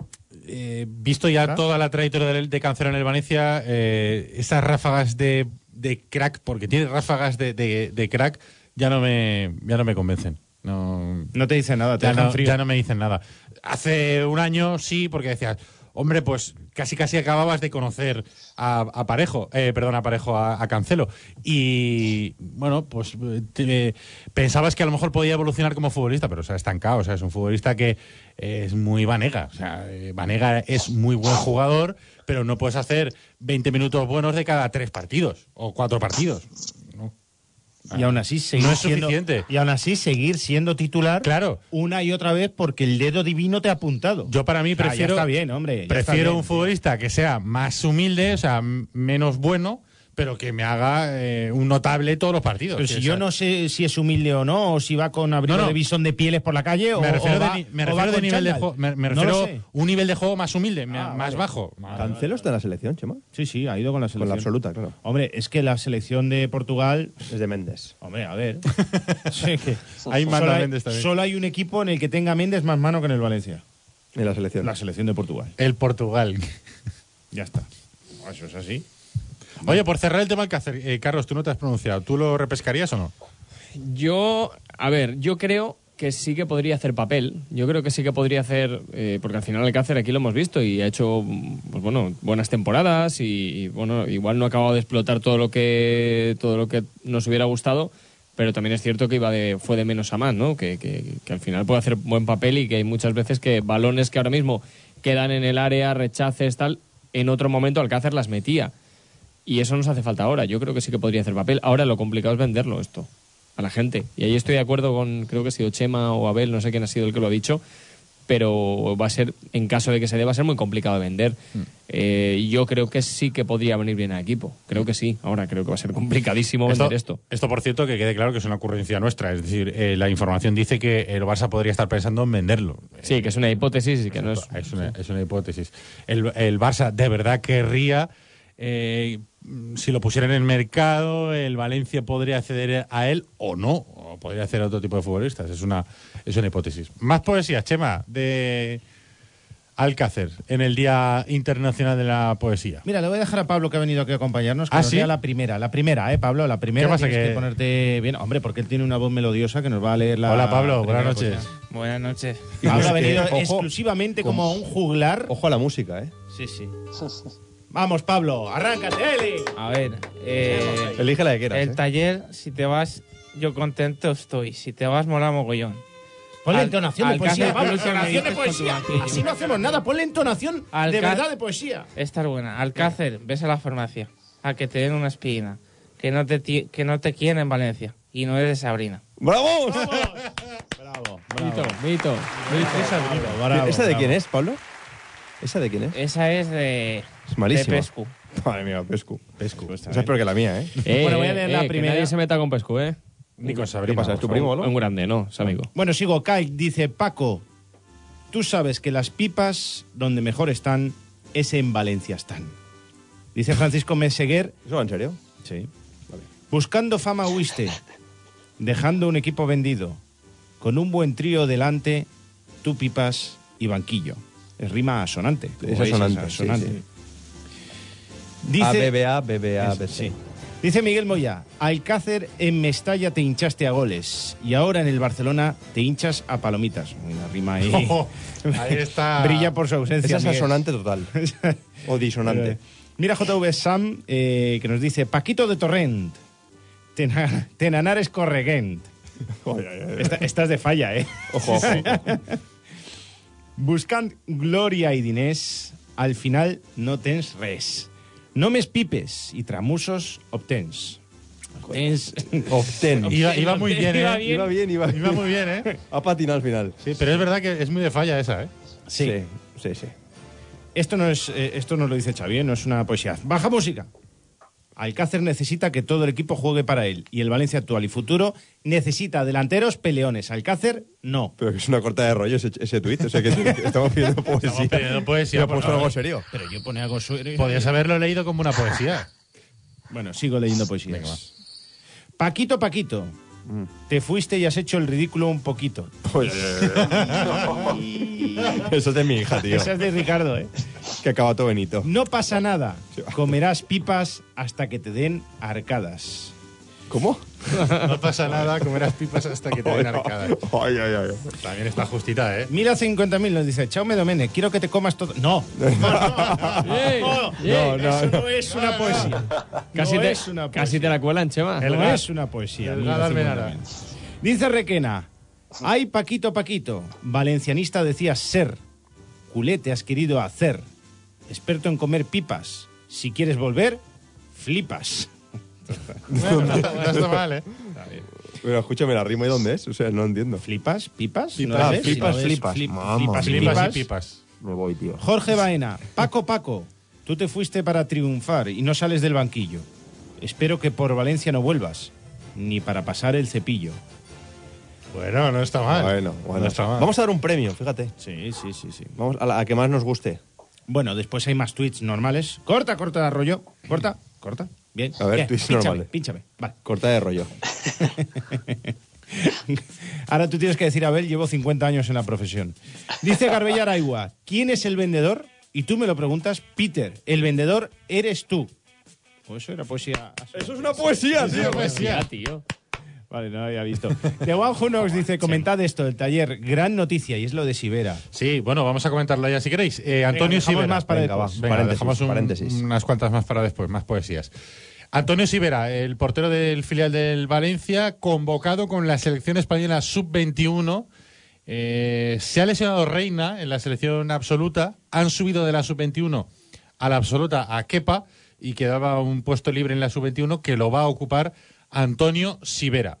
Speaker 1: eh, visto ya toda la trayectoria del- de, Cancelo en el Valencia, eh, esas ráfagas de, de crack, porque tiene ráfagas de, de- de crack, ya no me, ya no me convencen. No,
Speaker 2: No te dice nada, te
Speaker 1: ya,
Speaker 2: dejan
Speaker 1: no,
Speaker 2: frío.
Speaker 1: ya no me dicen nada. Hace un año sí, porque decías, hombre, pues casi casi acababas de conocer a, a Parejo, eh, perdón, a Parejo, a, a Cancelo. Y bueno, pues eh, te- eh, pensabas que a lo mejor podía evolucionar como futbolista, pero se ha estancado. O sea, es un futbolista que eh, es muy Vanega. O sea, eh, Vanega es muy buen jugador, pero no puedes hacer 20 minutos buenos de cada tres partidos o cuatro partidos.
Speaker 2: Y aún así seguir
Speaker 1: No es
Speaker 2: siendo-
Speaker 1: suficiente.
Speaker 2: Y aún así seguir siendo titular
Speaker 1: Claro.
Speaker 2: una y otra vez porque el dedo divino te ha apuntado.
Speaker 1: Yo para mí
Speaker 2: Ah, ya
Speaker 1: prefiero.
Speaker 2: está bien, hombre, ya está
Speaker 1: Prefiero
Speaker 2: bien,
Speaker 1: un
Speaker 2: tío.
Speaker 1: futbolista que sea más humilde, o sea, m- menos bueno, pero que me haga eh, un notable todos los partidos.
Speaker 2: Pero
Speaker 1: Sí,
Speaker 2: si
Speaker 1: o
Speaker 2: yo
Speaker 1: sea,
Speaker 2: no sé si es humilde o no, o si va con abrigo
Speaker 1: No, no.
Speaker 2: de visón de pieles por la calle o
Speaker 1: Me refiero,
Speaker 2: o va-
Speaker 1: de, ni- me
Speaker 2: o va
Speaker 1: refiero de
Speaker 2: con
Speaker 1: nivel de
Speaker 2: chándal.
Speaker 1: juego- me- me
Speaker 2: No lo
Speaker 1: refiero
Speaker 2: sé. Ah,
Speaker 1: un nivel de juego más humilde, me- más
Speaker 2: vale.
Speaker 1: bajo. Vale.
Speaker 4: ¿Cancelo está en la selección, Chema?
Speaker 2: Sí, sí, ha ido con la selección.
Speaker 4: Con la absoluta, claro.
Speaker 2: Hombre, es que la selección de Portugal
Speaker 4: Es de Méndez.
Speaker 2: Hombre, a ver. Sí, que
Speaker 1: Ahí manda
Speaker 2: solo hay-
Speaker 1: Méndez también.
Speaker 2: Solo hay un equipo en el que tenga Méndez más mano que en el Valencia.
Speaker 4: En la selección.
Speaker 2: La selección de Portugal.
Speaker 1: El Portugal.
Speaker 2: Ya está. Eso es así.
Speaker 1: Oye, por cerrar el tema Alcácer, eh, Carlos, tú no te has pronunciado. ¿Tú lo repescarías o no?
Speaker 3: Yo, a ver, yo creo que sí que podría hacer papel. Yo creo que sí que podría hacer, eh, porque al final Alcácer aquí lo hemos visto y ha hecho, mm, pues bueno, buenas temporadas y, y, bueno, igual no ha acabado de explotar todo lo que todo lo que nos hubiera gustado, pero también es cierto que iba de fue de menos a más, ¿no? Que, que- que al final puede hacer buen papel y que hay muchas veces que balones que ahora mismo quedan en el área, rechaces tal, en otro momento Alcácer las metía. Y eso nos hace falta ahora. Yo creo que sí que podría hacer papel. Ahora lo complicado es venderlo esto a la gente. Y ahí estoy de acuerdo con, creo que ha sido Chema o Abel, no sé quién ha sido el que lo ha dicho, pero va a ser, en caso de que se dé, va a ser muy complicado de vender. Eh, yo creo que sí que podría venir bien al equipo. Creo que sí. Ahora creo que va a ser complicadísimo vender esto.
Speaker 1: Esto, por cierto, que quede claro que es una ocurrencia nuestra. Es decir, eh, la información dice que el Barça podría estar pensando en venderlo.
Speaker 3: Sí, que es una hipótesis y que no es...
Speaker 1: Pues Es una, es una hipótesis. El, el Barça de verdad querría, eh, si lo pusieran en el mercado, el Valencia podría acceder a él o no, o podría acceder a otro tipo de futbolistas. Es una, es una hipótesis. Más poesía, Chema, de Alcácer, en el Día Internacional de la Poesía.
Speaker 2: Mira, le voy a dejar a Pablo que ha venido aquí a acompañarnos. Que
Speaker 1: ¿Ah,
Speaker 2: nos
Speaker 1: sí?
Speaker 2: lea la primera, la primera, ¿eh, Pablo? La primera.
Speaker 1: ¿Qué pasa,
Speaker 2: tienes
Speaker 1: que-
Speaker 2: ponerte bien. Hombre, porque él tiene una voz melodiosa que nos va a leer la.
Speaker 1: Hola, Pablo,
Speaker 2: primera
Speaker 1: buenas noches.
Speaker 2: cosa.
Speaker 11: Buenas noches.
Speaker 2: Pablo ha venido
Speaker 4: Ojo.
Speaker 2: exclusivamente como un juglar.
Speaker 4: Ojo a la música, ¿eh?
Speaker 2: Sí, sí. Vamos, Pablo, arráncate, Eli.
Speaker 11: A ver. eh,
Speaker 4: Elige la que quieras,
Speaker 11: El
Speaker 4: ¿eh?
Speaker 11: taller, si te vas, yo contento estoy. Si te vas, mola mogollón.
Speaker 2: Ponle
Speaker 11: Al-
Speaker 2: entonación de
Speaker 11: Alcácer
Speaker 2: poesía, Pablo.
Speaker 11: Pelusa me
Speaker 2: Entonación de
Speaker 11: dices con tu
Speaker 2: poesía.
Speaker 11: banquillo.
Speaker 2: Así no hacemos nada. Ponle entonación de
Speaker 11: Alcácer-
Speaker 2: verdad de poesía.
Speaker 11: Esta es buena. Alcácer, ves a la farmacia. A que te den una espina. Que no te, ti- que no te quieren en Valencia. Y no eres de Sabrina.
Speaker 4: ¡Bravo!
Speaker 3: Mito, mito.
Speaker 4: ¿Esa de quién es, Pablo? ¿Esa de quién es?
Speaker 11: Esa es de.
Speaker 4: Es malísima.
Speaker 11: De Pescu.
Speaker 4: Madre mía, Pescu. Pescu.
Speaker 2: Pues
Speaker 4: Esa es peor que la mía, ¿eh?
Speaker 3: Eh,
Speaker 2: Bueno, voy a leer
Speaker 3: eh,
Speaker 2: la
Speaker 3: que
Speaker 2: primera.
Speaker 3: nadie se meta con Pescu, ¿eh?
Speaker 1: Ni con
Speaker 4: ¿Qué
Speaker 1: Sabrina.
Speaker 4: pasa? ¿Es tu primo o
Speaker 3: Un grande, no, es amigo.
Speaker 2: Bueno, sigo. Kai dice, Paco, tú sabes que las pipas donde mejor están es en Valencia están. Dice Francisco Meseguer,
Speaker 4: ¿Eso va en serio?
Speaker 2: sí. buscando fama huiste, dejando un equipo vendido, con un buen trío delante, tú pipas y banquillo. Es rima asonante. como
Speaker 4: Es
Speaker 2: veis,
Speaker 4: asonante, sí, sí. A,
Speaker 2: Dice,
Speaker 4: BBA, BBA,
Speaker 2: Eso,
Speaker 4: BC.
Speaker 2: sí. Dice Miguel Moya, Alcácer en Mestalla te hinchaste a goles y ahora en el Barcelona te hinchas a palomitas. Una rima ahí.
Speaker 1: Oh, Ahí está.
Speaker 2: Brilla por su
Speaker 4: Esa
Speaker 2: ausencia.
Speaker 4: es
Speaker 2: Miguel. eh,
Speaker 4: asonante total. o disonante.
Speaker 2: Mira JV Sam eh, que nos dice, Paquito de Torrent, tena- Tenanares Corregent. Esta- estás de falla, ¿eh?
Speaker 4: Ojo, ojo.
Speaker 2: Buscan gloria y dinés, al final no tens res. No me pipes y tramusos obtens. Obtens.
Speaker 4: Obtén.
Speaker 1: Iba, iba muy bien, ¿eh?
Speaker 11: Iba
Speaker 4: Iba bien, iba bien.
Speaker 1: Iba muy bien, ¿eh?
Speaker 4: Ha patinado al final.
Speaker 1: Sí, pero es verdad que es muy de falla esa, ¿eh?
Speaker 2: Sí.
Speaker 4: Sí, sí. sí.
Speaker 2: Esto no es, eh, esto no lo dice Xavi, ¿eh? no es una poesía. Baja música. Alcácer necesita que todo el equipo juegue para él y el Valencia actual y futuro necesita delanteros peleones. Alcácer no.
Speaker 4: Pero que es una corta de rollo ese, ese tuit. O sea, que estamos pidiendo poesía.
Speaker 1: Estamos pidiendo poesía,
Speaker 4: Pero ha
Speaker 1: por
Speaker 4: puesto
Speaker 1: favor.
Speaker 4: algo serio.
Speaker 2: Pero yo pone algo suero.
Speaker 1: Podías haberlo leído como una poesía.
Speaker 2: Bueno, sigo leyendo poesías. Paquito, Paquito,
Speaker 1: Mm.
Speaker 2: te fuiste y has hecho el ridículo un poquito.
Speaker 4: Oye, oye, oye. Pues, Eso es de mi hija, tío.
Speaker 2: Esa es de Ricardo, ¿eh?
Speaker 4: Que acaba todo bonito.
Speaker 2: No pasa nada. Comerás pipas hasta que te den arcadas.
Speaker 4: ¿Cómo?
Speaker 1: No pasa nada, comerás pipas hasta que te den arcada.
Speaker 4: Ay, ay, ay.
Speaker 1: También está justita, ¿eh?
Speaker 2: Mira 50.000 nos dice, Chaume Domene, quiero que te comas todo. No.
Speaker 3: no,
Speaker 2: no, no, eso no es una poesía.
Speaker 3: Casi,
Speaker 2: no
Speaker 3: te,
Speaker 2: es una
Speaker 3: casi te
Speaker 2: poesía.
Speaker 3: la cuelan, Chema.
Speaker 1: El
Speaker 2: No
Speaker 1: gas.
Speaker 2: es una poesía.
Speaker 1: El
Speaker 2: Mira
Speaker 1: gas
Speaker 2: 50.000.
Speaker 1: Almenara.
Speaker 2: Dice Requena, ay Paquito, Paquito, valencianista decías ser, culete has querido hacer, experto en comer pipas, si quieres volver, flipas.
Speaker 1: Bueno, no, está, no está mal, ¿eh?
Speaker 4: Pero escúchame, la rima y dónde es. O sea, no entiendo.
Speaker 2: ¿Flipas? ¿Pipas?
Speaker 4: Pipas,
Speaker 2: ¿No la
Speaker 4: ah,
Speaker 2: ves?
Speaker 4: flipas,
Speaker 2: Si la ves,
Speaker 4: flipas.
Speaker 2: flip-
Speaker 4: Mamma
Speaker 2: flipas y
Speaker 4: mía.
Speaker 1: Pipas y
Speaker 2: pipas.
Speaker 1: pipas.
Speaker 4: Me voy, tío.
Speaker 2: Jorge Baena, Paco, Paco, tú te fuiste para triunfar y no sales del banquillo. Espero que por Valencia no vuelvas, ni para pasar el cepillo.
Speaker 1: Bueno, no está mal.
Speaker 4: Bueno, bueno.
Speaker 1: No está mal.
Speaker 4: Vamos a dar un premio, fíjate.
Speaker 2: Sí, sí, sí, sí.
Speaker 4: Vamos a la a que más nos guste.
Speaker 2: Bueno, después hay más tweets normales. Corta, corta, rollo. Corta, corta. Bien.
Speaker 4: A ver,
Speaker 2: Bien,
Speaker 4: tweets
Speaker 2: pínchame,
Speaker 4: normales.
Speaker 2: Pínchame. Vale.
Speaker 4: Corta de rollo.
Speaker 2: Ahora tú tienes que decir, Abel, llevo 50 años en la profesión. Dice Garbella Araigua, ¿quién es el vendedor? Y tú me lo preguntas, Peter, el vendedor eres tú. O eso era poesía.
Speaker 4: Eso es una poesía, tío.
Speaker 3: tío.
Speaker 2: Vale, no lo había visto. De Juanjo nos dice, comentad esto, el taller, gran noticia, y es lo de Sibera.
Speaker 1: Sí, bueno, vamos a comentarlo ya si queréis. Eh,
Speaker 2: Venga,
Speaker 1: Antonio
Speaker 2: dejamos
Speaker 1: Sivera.
Speaker 2: más para Venga, después. va,
Speaker 1: Venga,
Speaker 2: paréntesis,
Speaker 1: dejamos un-
Speaker 2: paréntesis.
Speaker 1: unas cuantas más para después, más poesías. Antonio Sivera, el portero del filial del Valencia, convocado con la selección española sub-21. Eh, se ha lesionado Reina en la selección absoluta. Han subido de la sub-21 a la absoluta a Kepa y quedaba un puesto libre en la sub-21 que lo va a ocupar Antonio Sivera.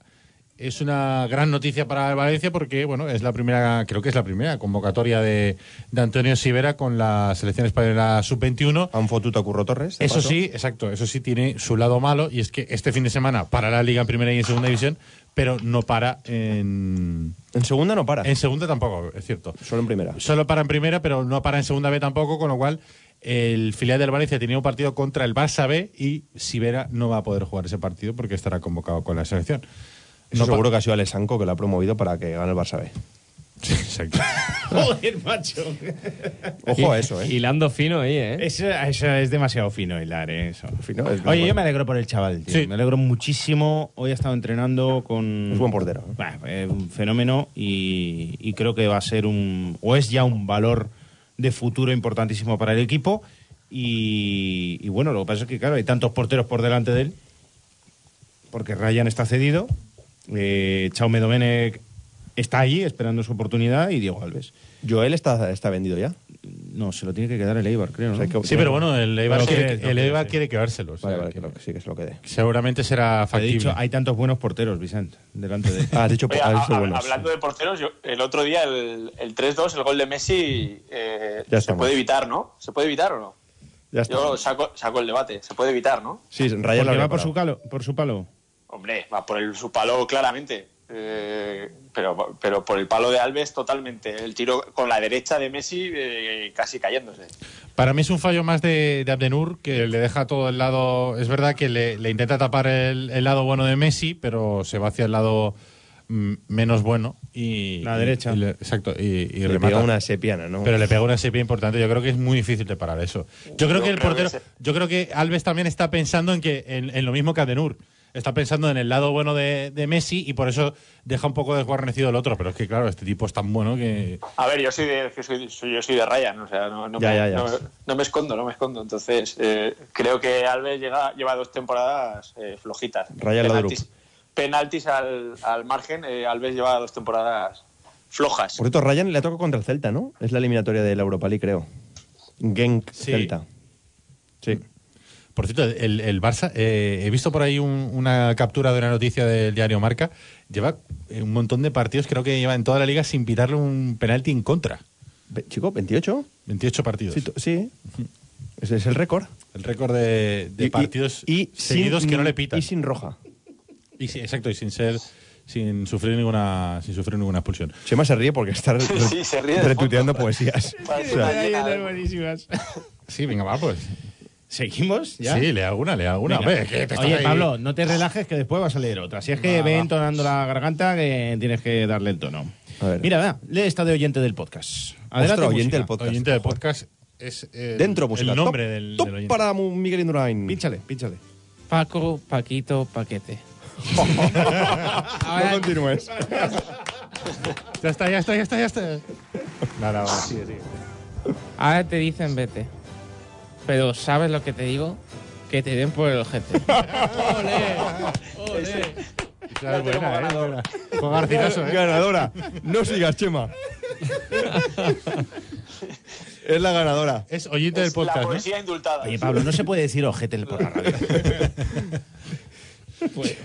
Speaker 1: Es una gran noticia para el Valencia porque, bueno, es la primera, creo que es la primera convocatoria de, de Antonio Sivera con la selección española sub-21.
Speaker 4: A un fotuto a Curro Torres. de
Speaker 1: Eso
Speaker 4: paso.
Speaker 1: sí, exacto, eso sí tiene su lado malo y es que este fin de semana para la Liga en Primera y en Segunda División, pero no para en...
Speaker 4: En segunda no para.
Speaker 1: En segunda tampoco, es cierto.
Speaker 4: Solo en primera.
Speaker 1: Solo para en primera, pero no para en segunda B tampoco, con lo cual eh, el filial del Valencia tenía un partido contra el Barça B y Sivera no va a poder jugar ese partido porque estará convocado con la selección.
Speaker 4: Eso
Speaker 1: No pa-
Speaker 4: seguro que ha sido Alessanco que lo ha promovido para que gane el Barça B.
Speaker 1: Exacto.
Speaker 2: Joder, macho.
Speaker 4: Ojo a eso, ¿eh?
Speaker 3: Hilando fino ahí, ¿eh?
Speaker 2: Eso, eso es demasiado fino, Hilar, ¿eh? eso.
Speaker 4: Fino, es-
Speaker 2: Oye, yo me alegro por el chaval, tío.
Speaker 1: Sí.
Speaker 2: Me alegro muchísimo. Hoy ha estado entrenando con...
Speaker 4: Es buen portero.
Speaker 2: Bah, eh, un fenómeno y, y creo que va a ser un... o es ya un valor de futuro importantísimo para el equipo. Y, y bueno, lo que pasa es que, claro, hay tantos porteros por delante de él. Porque Ryan está cedido. Eh, Chaume Domenech está allí esperando su oportunidad y Diego Alves.
Speaker 4: Joel está, está vendido ya.
Speaker 2: No, se lo tiene que quedar el Eibar, creo, ¿no?
Speaker 4: O sea, que-
Speaker 1: Sí, pero bueno, el Eibar
Speaker 2: Claro,
Speaker 1: quiere,
Speaker 2: sí, no
Speaker 1: el
Speaker 2: quiere,
Speaker 1: Eibar
Speaker 2: sí.
Speaker 1: quiere quedárselo. o sea,
Speaker 4: Vale, vale,
Speaker 1: que
Speaker 4: que lo- sí que se lo quede.
Speaker 1: Seguramente será
Speaker 2: Te he
Speaker 1: factible.
Speaker 2: dicho, hay tantos buenos porteros, Vicente, delante de él.
Speaker 4: Ah, has dicho
Speaker 5: Oye,
Speaker 4: ah,
Speaker 5: a-
Speaker 4: eso
Speaker 5: a-
Speaker 4: bueno, sí.
Speaker 5: hablando de porteros, yo- el otro día el, el 3-2, el gol de Messi, eh,
Speaker 4: Ya
Speaker 5: se
Speaker 4: estamos.
Speaker 5: puede evitar, ¿no? ¿Se puede evitar o no?
Speaker 4: Ya está.
Speaker 5: Yo saco, saco el debate, se puede evitar, ¿no?
Speaker 4: Sí,
Speaker 2: Porque
Speaker 4: Ryan lo
Speaker 2: va
Speaker 4: habría
Speaker 2: por su,
Speaker 4: parado.
Speaker 2: calo, por su palo.
Speaker 5: Hombre, va por el, su palo claramente, eh, pero, pero por el palo de Alves totalmente. El tiro con la derecha de Messi eh, casi cayéndose.
Speaker 1: Para mí es un fallo más de, de Abdenur, que le deja todo el lado. Es verdad que le, le intenta tapar el, el lado bueno de Messi, pero se va hacia el lado mm, menos bueno. Y,
Speaker 2: La derecha.
Speaker 1: y le- exacto, y, y
Speaker 4: Le
Speaker 1: remata.
Speaker 4: pega una sepiana, ¿no?
Speaker 1: Pero le pega una sepia importante. Yo creo que es muy difícil de parar eso. Yo creo
Speaker 5: Yo
Speaker 1: que el
Speaker 5: creo que
Speaker 1: portero.
Speaker 5: se-
Speaker 1: Yo creo que Alves también está pensando en que en, en lo mismo que Adenur. Está pensando en el lado bueno de, de Messi y por eso deja un poco desguarnecido el otro. Pero es que, claro, este tipo es tan bueno que.
Speaker 5: A ver, yo soy de, yo soy, soy- yo soy de Ryan, o sea, no, no
Speaker 4: Ya,
Speaker 5: me,
Speaker 4: ya, ya.
Speaker 5: No, no me escondo, no me escondo. Entonces, eh, creo que Alves llega, lleva dos temporadas eh, flojitas.
Speaker 4: Ryan Laudrup.
Speaker 5: penaltis, penaltis al, al margen, eh, Alves lleva dos temporadas flojas.
Speaker 4: Por cierto, Ryan le toca contra el Celta, ¿no? Es la eliminatoria de la Europa League, creo. Genk
Speaker 1: Sí.
Speaker 4: Celta. Sí.
Speaker 1: Por cierto, el, el Barça, eh, he visto por ahí un- una captura de una noticia del diario Marca. Lleva eh, un montón de partidos, creo que lleva en toda la liga sin pitarle un penalti en contra.
Speaker 4: Ve- Chico, 28.
Speaker 1: 28 partidos.
Speaker 4: Sí, to- sí. Ese es el récord.
Speaker 1: El récord de, de
Speaker 4: Y- y-
Speaker 1: partidos
Speaker 4: y
Speaker 1: seguidos
Speaker 4: sin-
Speaker 1: que no le pitan.
Speaker 4: Y sin roja.
Speaker 1: Y sí, exacto, y sin ser sin sufrir ninguna sin sufrir ninguna expulsión.
Speaker 4: Chema se ríe porque está
Speaker 5: Sí, se ríe de
Speaker 4: retuiteando poesías.
Speaker 5: Parece
Speaker 4: O sea,
Speaker 5: una llena de-
Speaker 2: buenísimas.
Speaker 1: Sí, venga, va pues.
Speaker 2: ¿Seguimos? ¿Ya?
Speaker 1: Sí, le hago una, le hago una.
Speaker 2: Venga.
Speaker 1: Hombre, que te estás
Speaker 2: Oye,
Speaker 1: ahí-
Speaker 2: Pablo, no te relajes que después vas a leer otra. Si es que ve entonando la garganta que tienes que darle el tono.
Speaker 4: A ver.
Speaker 2: Mira, va, lee esta de oyente del podcast.
Speaker 4: Ostras, oyente
Speaker 2: música.
Speaker 4: del podcast.
Speaker 1: oyente del podcast es el,
Speaker 4: Dentro, música.
Speaker 1: el nombre
Speaker 4: Top-
Speaker 1: del,
Speaker 4: top
Speaker 1: del oyente.
Speaker 4: para Mu- Miguel Indurain.
Speaker 2: Pínchale, pínchale.
Speaker 11: Paco, Paquito, Paquete.
Speaker 4: No continúes.
Speaker 1: Ya está, ya está, ya está, ya está. No, no, sigue, sigue.
Speaker 11: Ahora te dicen vete. Pero ¿sabes lo que te digo? Que te den por el ojete.
Speaker 1: Claro, buena, eh, buena. Fue garcilaso, eh.
Speaker 4: Ganadora. No sigas, Chema. es la ganadora.
Speaker 1: Es oyente del
Speaker 5: Es la
Speaker 1: podcast, ¿no?
Speaker 5: poesía indultada.
Speaker 2: Oye, Pablo, no se puede decir ojete por la radio.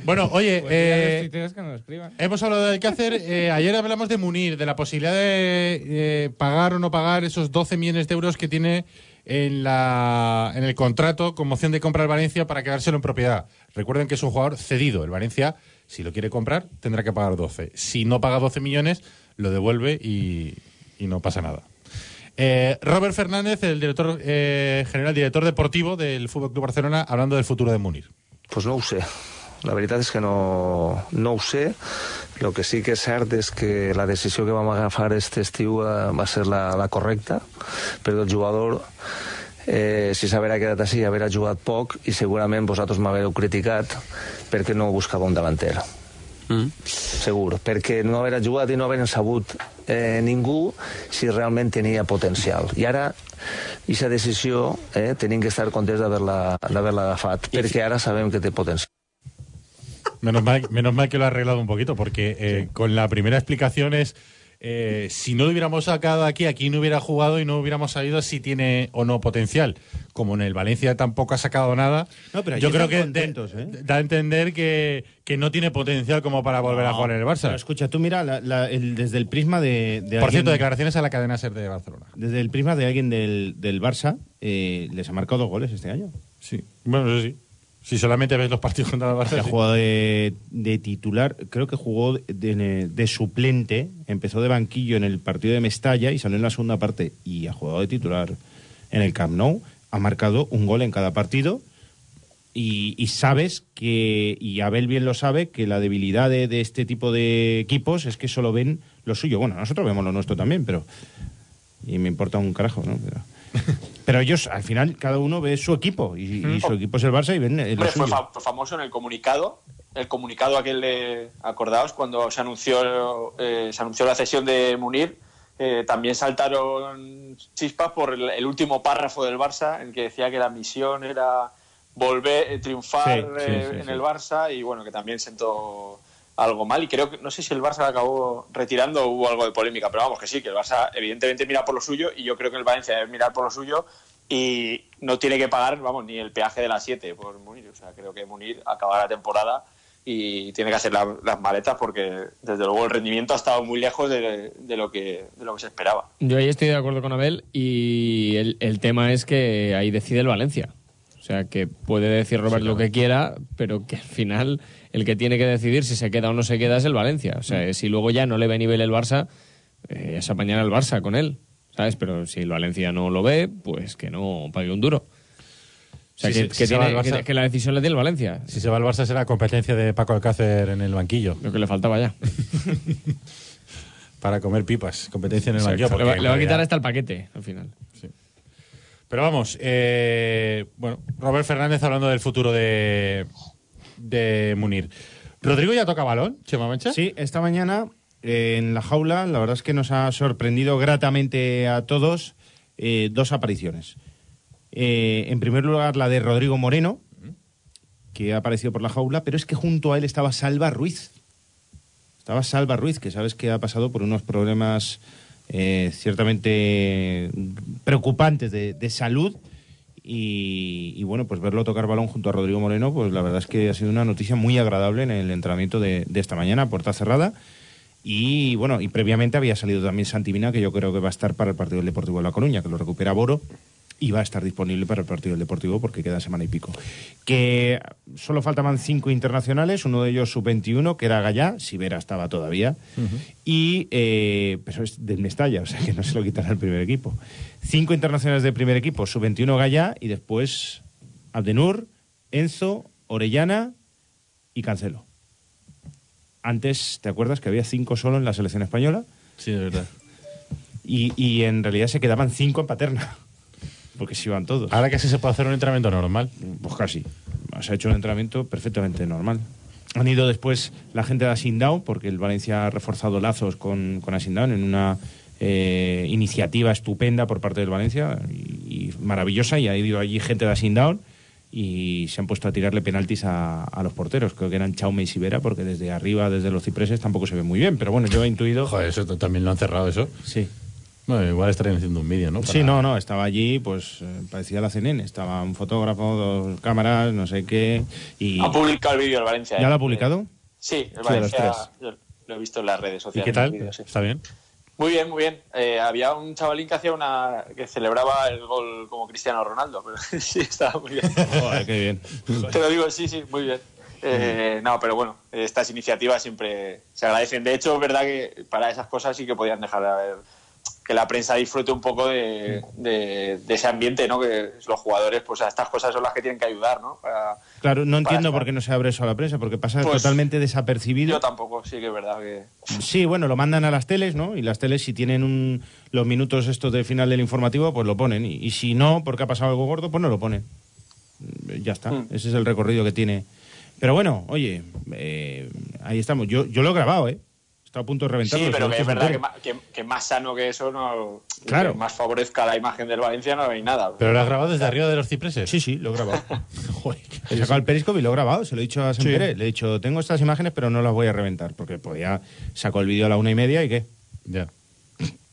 Speaker 1: Bueno, oye,
Speaker 11: pues,
Speaker 1: eh,
Speaker 11: Si tienes que nos escriban.
Speaker 1: hemos hablado de Alcácer. eh, ayer hablamos de Munir, de la posibilidad de eh, pagar o no pagar esos 12 millones de euros que tiene en, la, en el contrato con moción de compra al Valencia para quedárselo en propiedad. Recuerden que es un jugador cedido. El Valencia, si lo quiere comprar, tendrá que pagar 12. Si no paga 12 millones, lo devuelve y, y no pasa nada. Eh, Robert Fernández, el director eh, general, director deportivo del Fútbol Club Barcelona, hablando del futuro de Munir.
Speaker 12: Pues no ho sé. La veritat és que no, no ho sé. El que sí que és cert és que la decisió que vam agafar aquest estiu eh, va ser la, la correcta, però el jugador eh, si s'haverà quedat així, haverà jugat poc i segurament vosaltres m'havereu criticat perquè no buscava un davanter. Mm. Segur, perquè no haver jugat i no haver sabut eh, ningú si realment tenia potencial. I ara, aquesta decisió, eh, tenim que estar contents d'haver-la d'haver-la agafat, perquè ara sabem que té potencial.
Speaker 1: Menos mal, menos mal que lo ha arreglado un poquito, porque eh, con la primera explicación es, eh, si no lo hubiéramos sacado aquí, aquí no hubiera jugado y no hubiéramos sabido si tiene o no potencial. Como en el Valencia tampoco ha sacado nada,
Speaker 2: No, pero allí
Speaker 1: yo creo
Speaker 2: están
Speaker 1: que de-
Speaker 2: contentos, ¿eh?
Speaker 1: da a entender que, que no tiene potencial como para volver a
Speaker 2: No,
Speaker 1: jugar en el Barça.
Speaker 2: pero escucha, tú mira la- la- el- desde el prisma de, de
Speaker 1: Por
Speaker 2: alguien-
Speaker 1: cierto, declaraciones a la cadena SER de Barcelona.
Speaker 2: Desde el prisma de alguien del, del Barça, eh, les ha marcado dos goles este año.
Speaker 1: Sí, bueno, eso sí. Si solamente ves los partidos contra el Barça.
Speaker 2: Ha
Speaker 1: sí.
Speaker 2: jugado de, de titular, creo que jugó de, de- de suplente, empezó de banquillo en el partido de Mestalla y salió en la segunda parte y ha jugado de titular en el Camp Nou. Ha marcado un gol en cada partido y, y sabes que, y Abel bien lo sabe, que la debilidad de, de este tipo de equipos es que solo ven lo suyo. Bueno, nosotros vemos lo nuestro también, pero... Y me importa un carajo, ¿no? Pero, pero ellos, al final, cada uno ve su equipo y, y su equipo es el Barça y ven eh, el
Speaker 5: Hombre, pues fue, fa- fue famoso en el comunicado, el comunicado aquel de, acordaos, cuando se anunció, eh, se anunció la cesión de Munir, eh, también saltaron chispas por el, el último párrafo del Barça, en que decía que la misión era volver, eh, triunfar
Speaker 2: Sí, sí,
Speaker 5: eh,
Speaker 2: sí,
Speaker 5: en
Speaker 2: sí.
Speaker 5: el Barça, y bueno, que también sentó algo mal, y creo que, no sé si el Barça la acabó retirando, hubo algo de polémica, pero vamos que sí, que el Barça evidentemente mira por lo suyo, y yo creo que el Valencia debe mirar por lo suyo, y no tiene que pagar, vamos, ni el peaje de las 7 por Munir. O sea, creo que Munir acabará la temporada y tiene que hacer la- las maletas porque, desde luego, el rendimiento ha estado muy lejos de, de lo, que, de lo que se esperaba.
Speaker 3: Yo ahí estoy de acuerdo con Abel y el, el tema es que ahí decide el Valencia. O sea, que puede decir Robert lo que quiera, pero que al final el que tiene que decidir si se queda o no se queda es el Valencia. O sea, si luego ya no le ve nivel el Barça, eh, es apañar al Barça con él, ¿sabes? Pero si el Valencia no lo ve, pues que no pague un duro. O sea,
Speaker 1: Sí,
Speaker 3: que,
Speaker 1: sí,
Speaker 3: que
Speaker 1: sí se va
Speaker 3: tiene-
Speaker 1: al Barça.
Speaker 3: que- que la decisión la tiene el Valencia.
Speaker 1: Si se va al Barça será competencia de Paco Alcácer en el banquillo.
Speaker 3: Lo que le faltaba ya.
Speaker 1: Para comer pipas, competencia en el
Speaker 3: Exacto.
Speaker 1: banquillo.
Speaker 3: Le va-
Speaker 1: porque
Speaker 3: le va a
Speaker 1: en
Speaker 3: quitar
Speaker 1: realidad-
Speaker 3: hasta el paquete al final.
Speaker 1: Pero vamos, eh, bueno, Robert Fernández hablando del futuro de, de Munir. ¿Rodrigo ya toca balón, Chema Mancha?
Speaker 2: Sí, esta mañana eh, en la jaula, la verdad es que nos ha sorprendido gratamente a todos eh, dos apariciones. Eh, en primer lugar, la de Rodrigo Moreno, que ha aparecido por la jaula, pero es que junto a él estaba Salva Ruiz. Estaba Salva Ruiz, que sabes que ha pasado por unos problemas eh, ciertamente preocupantes de, de salud. Y, y bueno, pues verlo tocar balón junto a Rodrigo Moreno, pues la verdad es que ha sido una noticia muy agradable en el entrenamiento de, de esta mañana, a puerta cerrada. Y bueno, y previamente había salido también Santimina, que yo creo que va a estar para el partido del Deportivo de La Coruña, que lo recupera Boro, y va a estar disponible para el partido del Deportivo porque queda semana y pico. Que solo faltaban cinco internacionales, uno de ellos sub-21, que era Gallá, Sibera estaba todavía, y eh, pero es del Mestalla, o sea que no se lo quitará el primer equipo. Cinco internacionales del primer equipo, sub-21 Gallá, y después Abdenur, Enzo, Orellana y Cancelo. Antes, ¿te acuerdas que había cinco solo en la selección española?
Speaker 1: Sí, es verdad.
Speaker 2: Y, y en realidad se quedaban cinco en paterna. Porque se iban todos.
Speaker 1: Ahora que sí se puede hacer un entrenamiento normal.
Speaker 2: Pues casi. Se ha hecho un entrenamiento perfectamente normal. Han ido después la gente de Asindao, porque el Valencia ha reforzado lazos con, con Asindao en una eh, iniciativa estupenda por parte del Valencia y, y maravillosa. Y ha ido allí gente de Asindao y se han puesto a tirarle penaltis a, a los porteros. Creo que eran Chaume y Sibera, porque desde arriba, desde los cipreses, tampoco se ve muy bien. Pero bueno, yo he intuido.
Speaker 1: Joder, eso t- también lo han cerrado, eso.
Speaker 2: Sí.
Speaker 1: Bueno, igual estarían haciendo un vídeo, ¿no? Para-
Speaker 2: Sí, no, no, estaba allí, pues eh, parecía la CNN. Estaba un fotógrafo, dos cámaras, no sé qué. Y
Speaker 1: Ah, pues
Speaker 5: Ha publicado el vídeo del Valencia.
Speaker 2: ¿Ya
Speaker 5: ¿eh?
Speaker 2: lo ha publicado?
Speaker 5: Sí, el
Speaker 2: Sí, de los
Speaker 5: Valencia yo lo he visto en las redes
Speaker 1: ¿Y
Speaker 5: sociales.
Speaker 1: qué
Speaker 5: el
Speaker 1: tal?
Speaker 5: vídeo, sí.
Speaker 1: ¿Está bien?
Speaker 5: Muy bien, muy bien. Eh, había un chavalín que hacía una que celebraba el gol como Cristiano Ronaldo, pero sí, estaba muy bien.
Speaker 2: Joder, qué bien.
Speaker 5: Te lo digo, sí, sí, muy bien. Eh,
Speaker 2: Mm.
Speaker 5: no, pero bueno, estas iniciativas siempre se agradecen. De hecho, es verdad que para esas cosas sí que podían dejar de haber que la prensa disfrute un poco de,
Speaker 2: Mm.
Speaker 5: de- de ese ambiente, ¿no? Que los jugadores, pues a estas cosas son las que tienen que ayudar, ¿no? Para-
Speaker 2: Claro, no
Speaker 5: para
Speaker 2: entiendo
Speaker 5: estar-
Speaker 2: por qué no se abre eso a la prensa, porque pasa
Speaker 5: Pues,
Speaker 2: totalmente desapercibido.
Speaker 5: Yo tampoco, sí que es verdad que...
Speaker 2: Sí, bueno, lo mandan a las teles, ¿no? Y las teles, si tienen un- los minutos estos del final del informativo, pues lo ponen. Y, y si no, porque ha pasado algo gordo, pues no lo ponen. Mm, Ya está. Ese es el recorrido que tiene. Pero bueno, oye, eh, ahí estamos. Yo, yo lo he grabado, ¿eh? Está a punto de reventarlo.
Speaker 5: Sí,
Speaker 2: se
Speaker 5: pero
Speaker 2: lo he
Speaker 5: que es
Speaker 2: hecho
Speaker 5: verdad que
Speaker 2: entero.
Speaker 5: ma- que, que más sano que eso no...
Speaker 2: Claro.
Speaker 5: que más favorezca la imagen del Valencia no hay nada.
Speaker 1: ¿Pero lo has grabado desde arriba de los cipreses?
Speaker 2: Sí, sí, lo he grabado. He sacado el periscope y lo he grabado, se lo he dicho a
Speaker 1: Sí.
Speaker 2: Sempere. Le he dicho, tengo estas imágenes, pero no las voy a reventar, porque podía sacó el vídeo a la una y media y qué.
Speaker 1: Ya.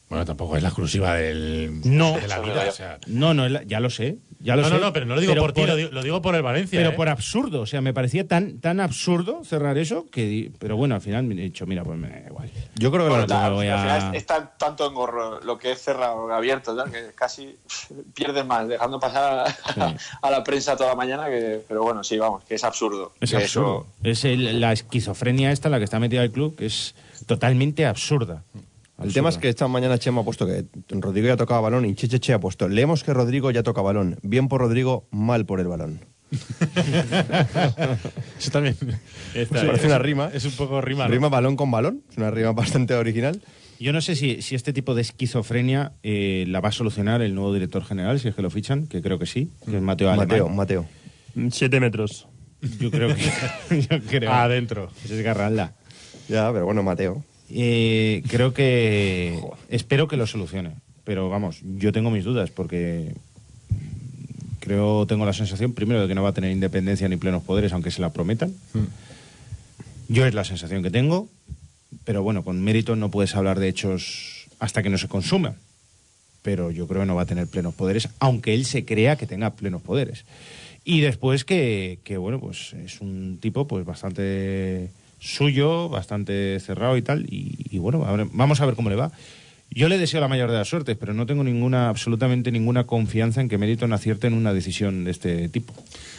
Speaker 1: Bueno, tampoco es la exclusiva del,
Speaker 2: No,
Speaker 1: de la vida. o sea.
Speaker 2: no, no, es la- ya lo sé. Ya lo
Speaker 1: no,
Speaker 2: sé,
Speaker 1: no, no, pero no lo digo por ti, lo, digo, lo digo por el Valencia.
Speaker 2: Pero
Speaker 1: ¿eh?
Speaker 2: por absurdo, o sea, me parecía tan, tan absurdo cerrar eso que. di- Pero bueno, al final me he dicho, mira, pues me da igual.
Speaker 4: Yo creo
Speaker 2: que
Speaker 5: Bueno, tal, al final es, es tan- tanto engorro lo que es cerrado que abierto, tal, que casi pierdes más, dejando pasar a, a la prensa toda la mañana, que, pero bueno, sí, vamos, que es absurdo.
Speaker 2: Es
Speaker 5: Que
Speaker 2: absurdo. Es el- la esquizofrenia esta en la que está metida el club, que es totalmente absurda.
Speaker 4: El tema es que esta mañana Chema ha puesto que Rodrigo ya tocaba balón y Checheche ha puesto, leemos que Rodrigo ya toca balón. Bien por Rodrigo, mal por el balón.
Speaker 1: Eso también.
Speaker 4: Pues parece una rima.
Speaker 1: Es un poco rima. ¿no?
Speaker 4: Rima balón con balón, es una rima bastante original.
Speaker 2: Yo no sé si, si este tipo de esquizofrenia eh, la va a solucionar el nuevo director general, si es que lo fichan, que creo que sí, que es Mateo Alemán.
Speaker 4: Mateo, Mateo.
Speaker 13: Siete metros.
Speaker 2: Yo creo que. yo creo.
Speaker 1: Adentro.
Speaker 2: Ese es Garralda.
Speaker 4: Ya, pero bueno, Mateo.
Speaker 2: Eh, creo que. espero que lo solucione. Pero vamos, yo tengo mis dudas porque. Creo, tengo la sensación, primero, de que no va a tener independencia ni plenos poderes, aunque se la prometan. Yo es la sensación que tengo. Pero bueno, con mérito no puedes hablar de hechos hasta que no se consuman. Pero yo creo que no va a tener plenos poderes, aunque él se crea que tenga plenos poderes. Y después que, que, bueno, pues es un tipo pues bastante suyo, bastante cerrado y tal. Y, y bueno, a ver- vamos a ver cómo le va. Yo le deseo la mayor de las suertes, pero no tengo ninguna, absolutamente ninguna confianza en que Meriton acierte en una decisión de este tipo.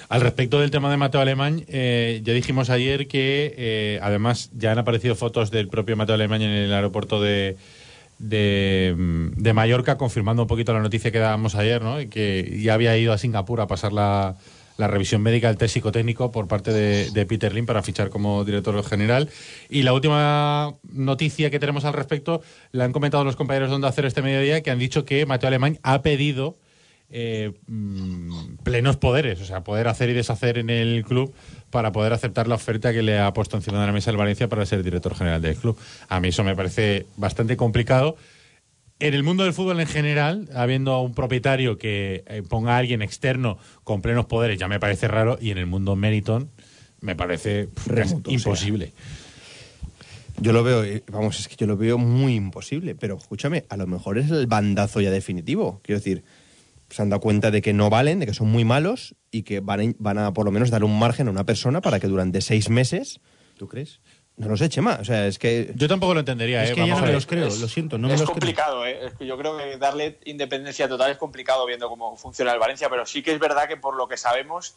Speaker 1: Al respecto del tema de Mateo Alemán, eh, ya dijimos ayer que, eh, además, ya han aparecido fotos del propio Mateo Alemán en el aeropuerto de, de, mm, de Mallorca, confirmando un poquito la noticia que dábamos ayer, ¿no? Y que ya había ido a Singapur a pasar la, la revisión médica, el test psicotécnico por parte de, de Peter Lim para fichar como director general. Y la última noticia que tenemos al respecto la han comentado los compañeros de Onda Cero este mediodía, que han dicho que Mateo Alemán ha pedido eh, mm, plenos poderes, o sea, poder hacer y deshacer en el club para poder aceptar la oferta que le ha puesto encima de la mesa el Valencia para ser director general del club. A mí eso me parece bastante complicado. En el mundo del fútbol en general, habiendo un propietario que eh, ponga a alguien externo con plenos poderes, ya me parece raro, y en el mundo Meriton me parece pff, casi imposible.
Speaker 4: Yo lo veo, eh, vamos, es que yo lo veo muy imposible, pero escúchame, a lo mejor es el bandazo ya definitivo. Quiero decir, se han dado cuenta de que no valen, de que son muy malos y que van a, in- van a por lo menos dar un margen a una persona para que durante seis meses.
Speaker 2: ¿Tú crees?
Speaker 4: No lo sé, Chema. O sea, es que.
Speaker 1: Yo tampoco lo entendería,
Speaker 2: Es eh, que vamos ya no a me ver. los creo, lo siento, no me
Speaker 5: es
Speaker 2: los creo.
Speaker 5: complicado, ¿eh? Es que yo creo que darle independencia total es complicado viendo cómo funciona el Valencia, pero sí que es verdad que por lo que sabemos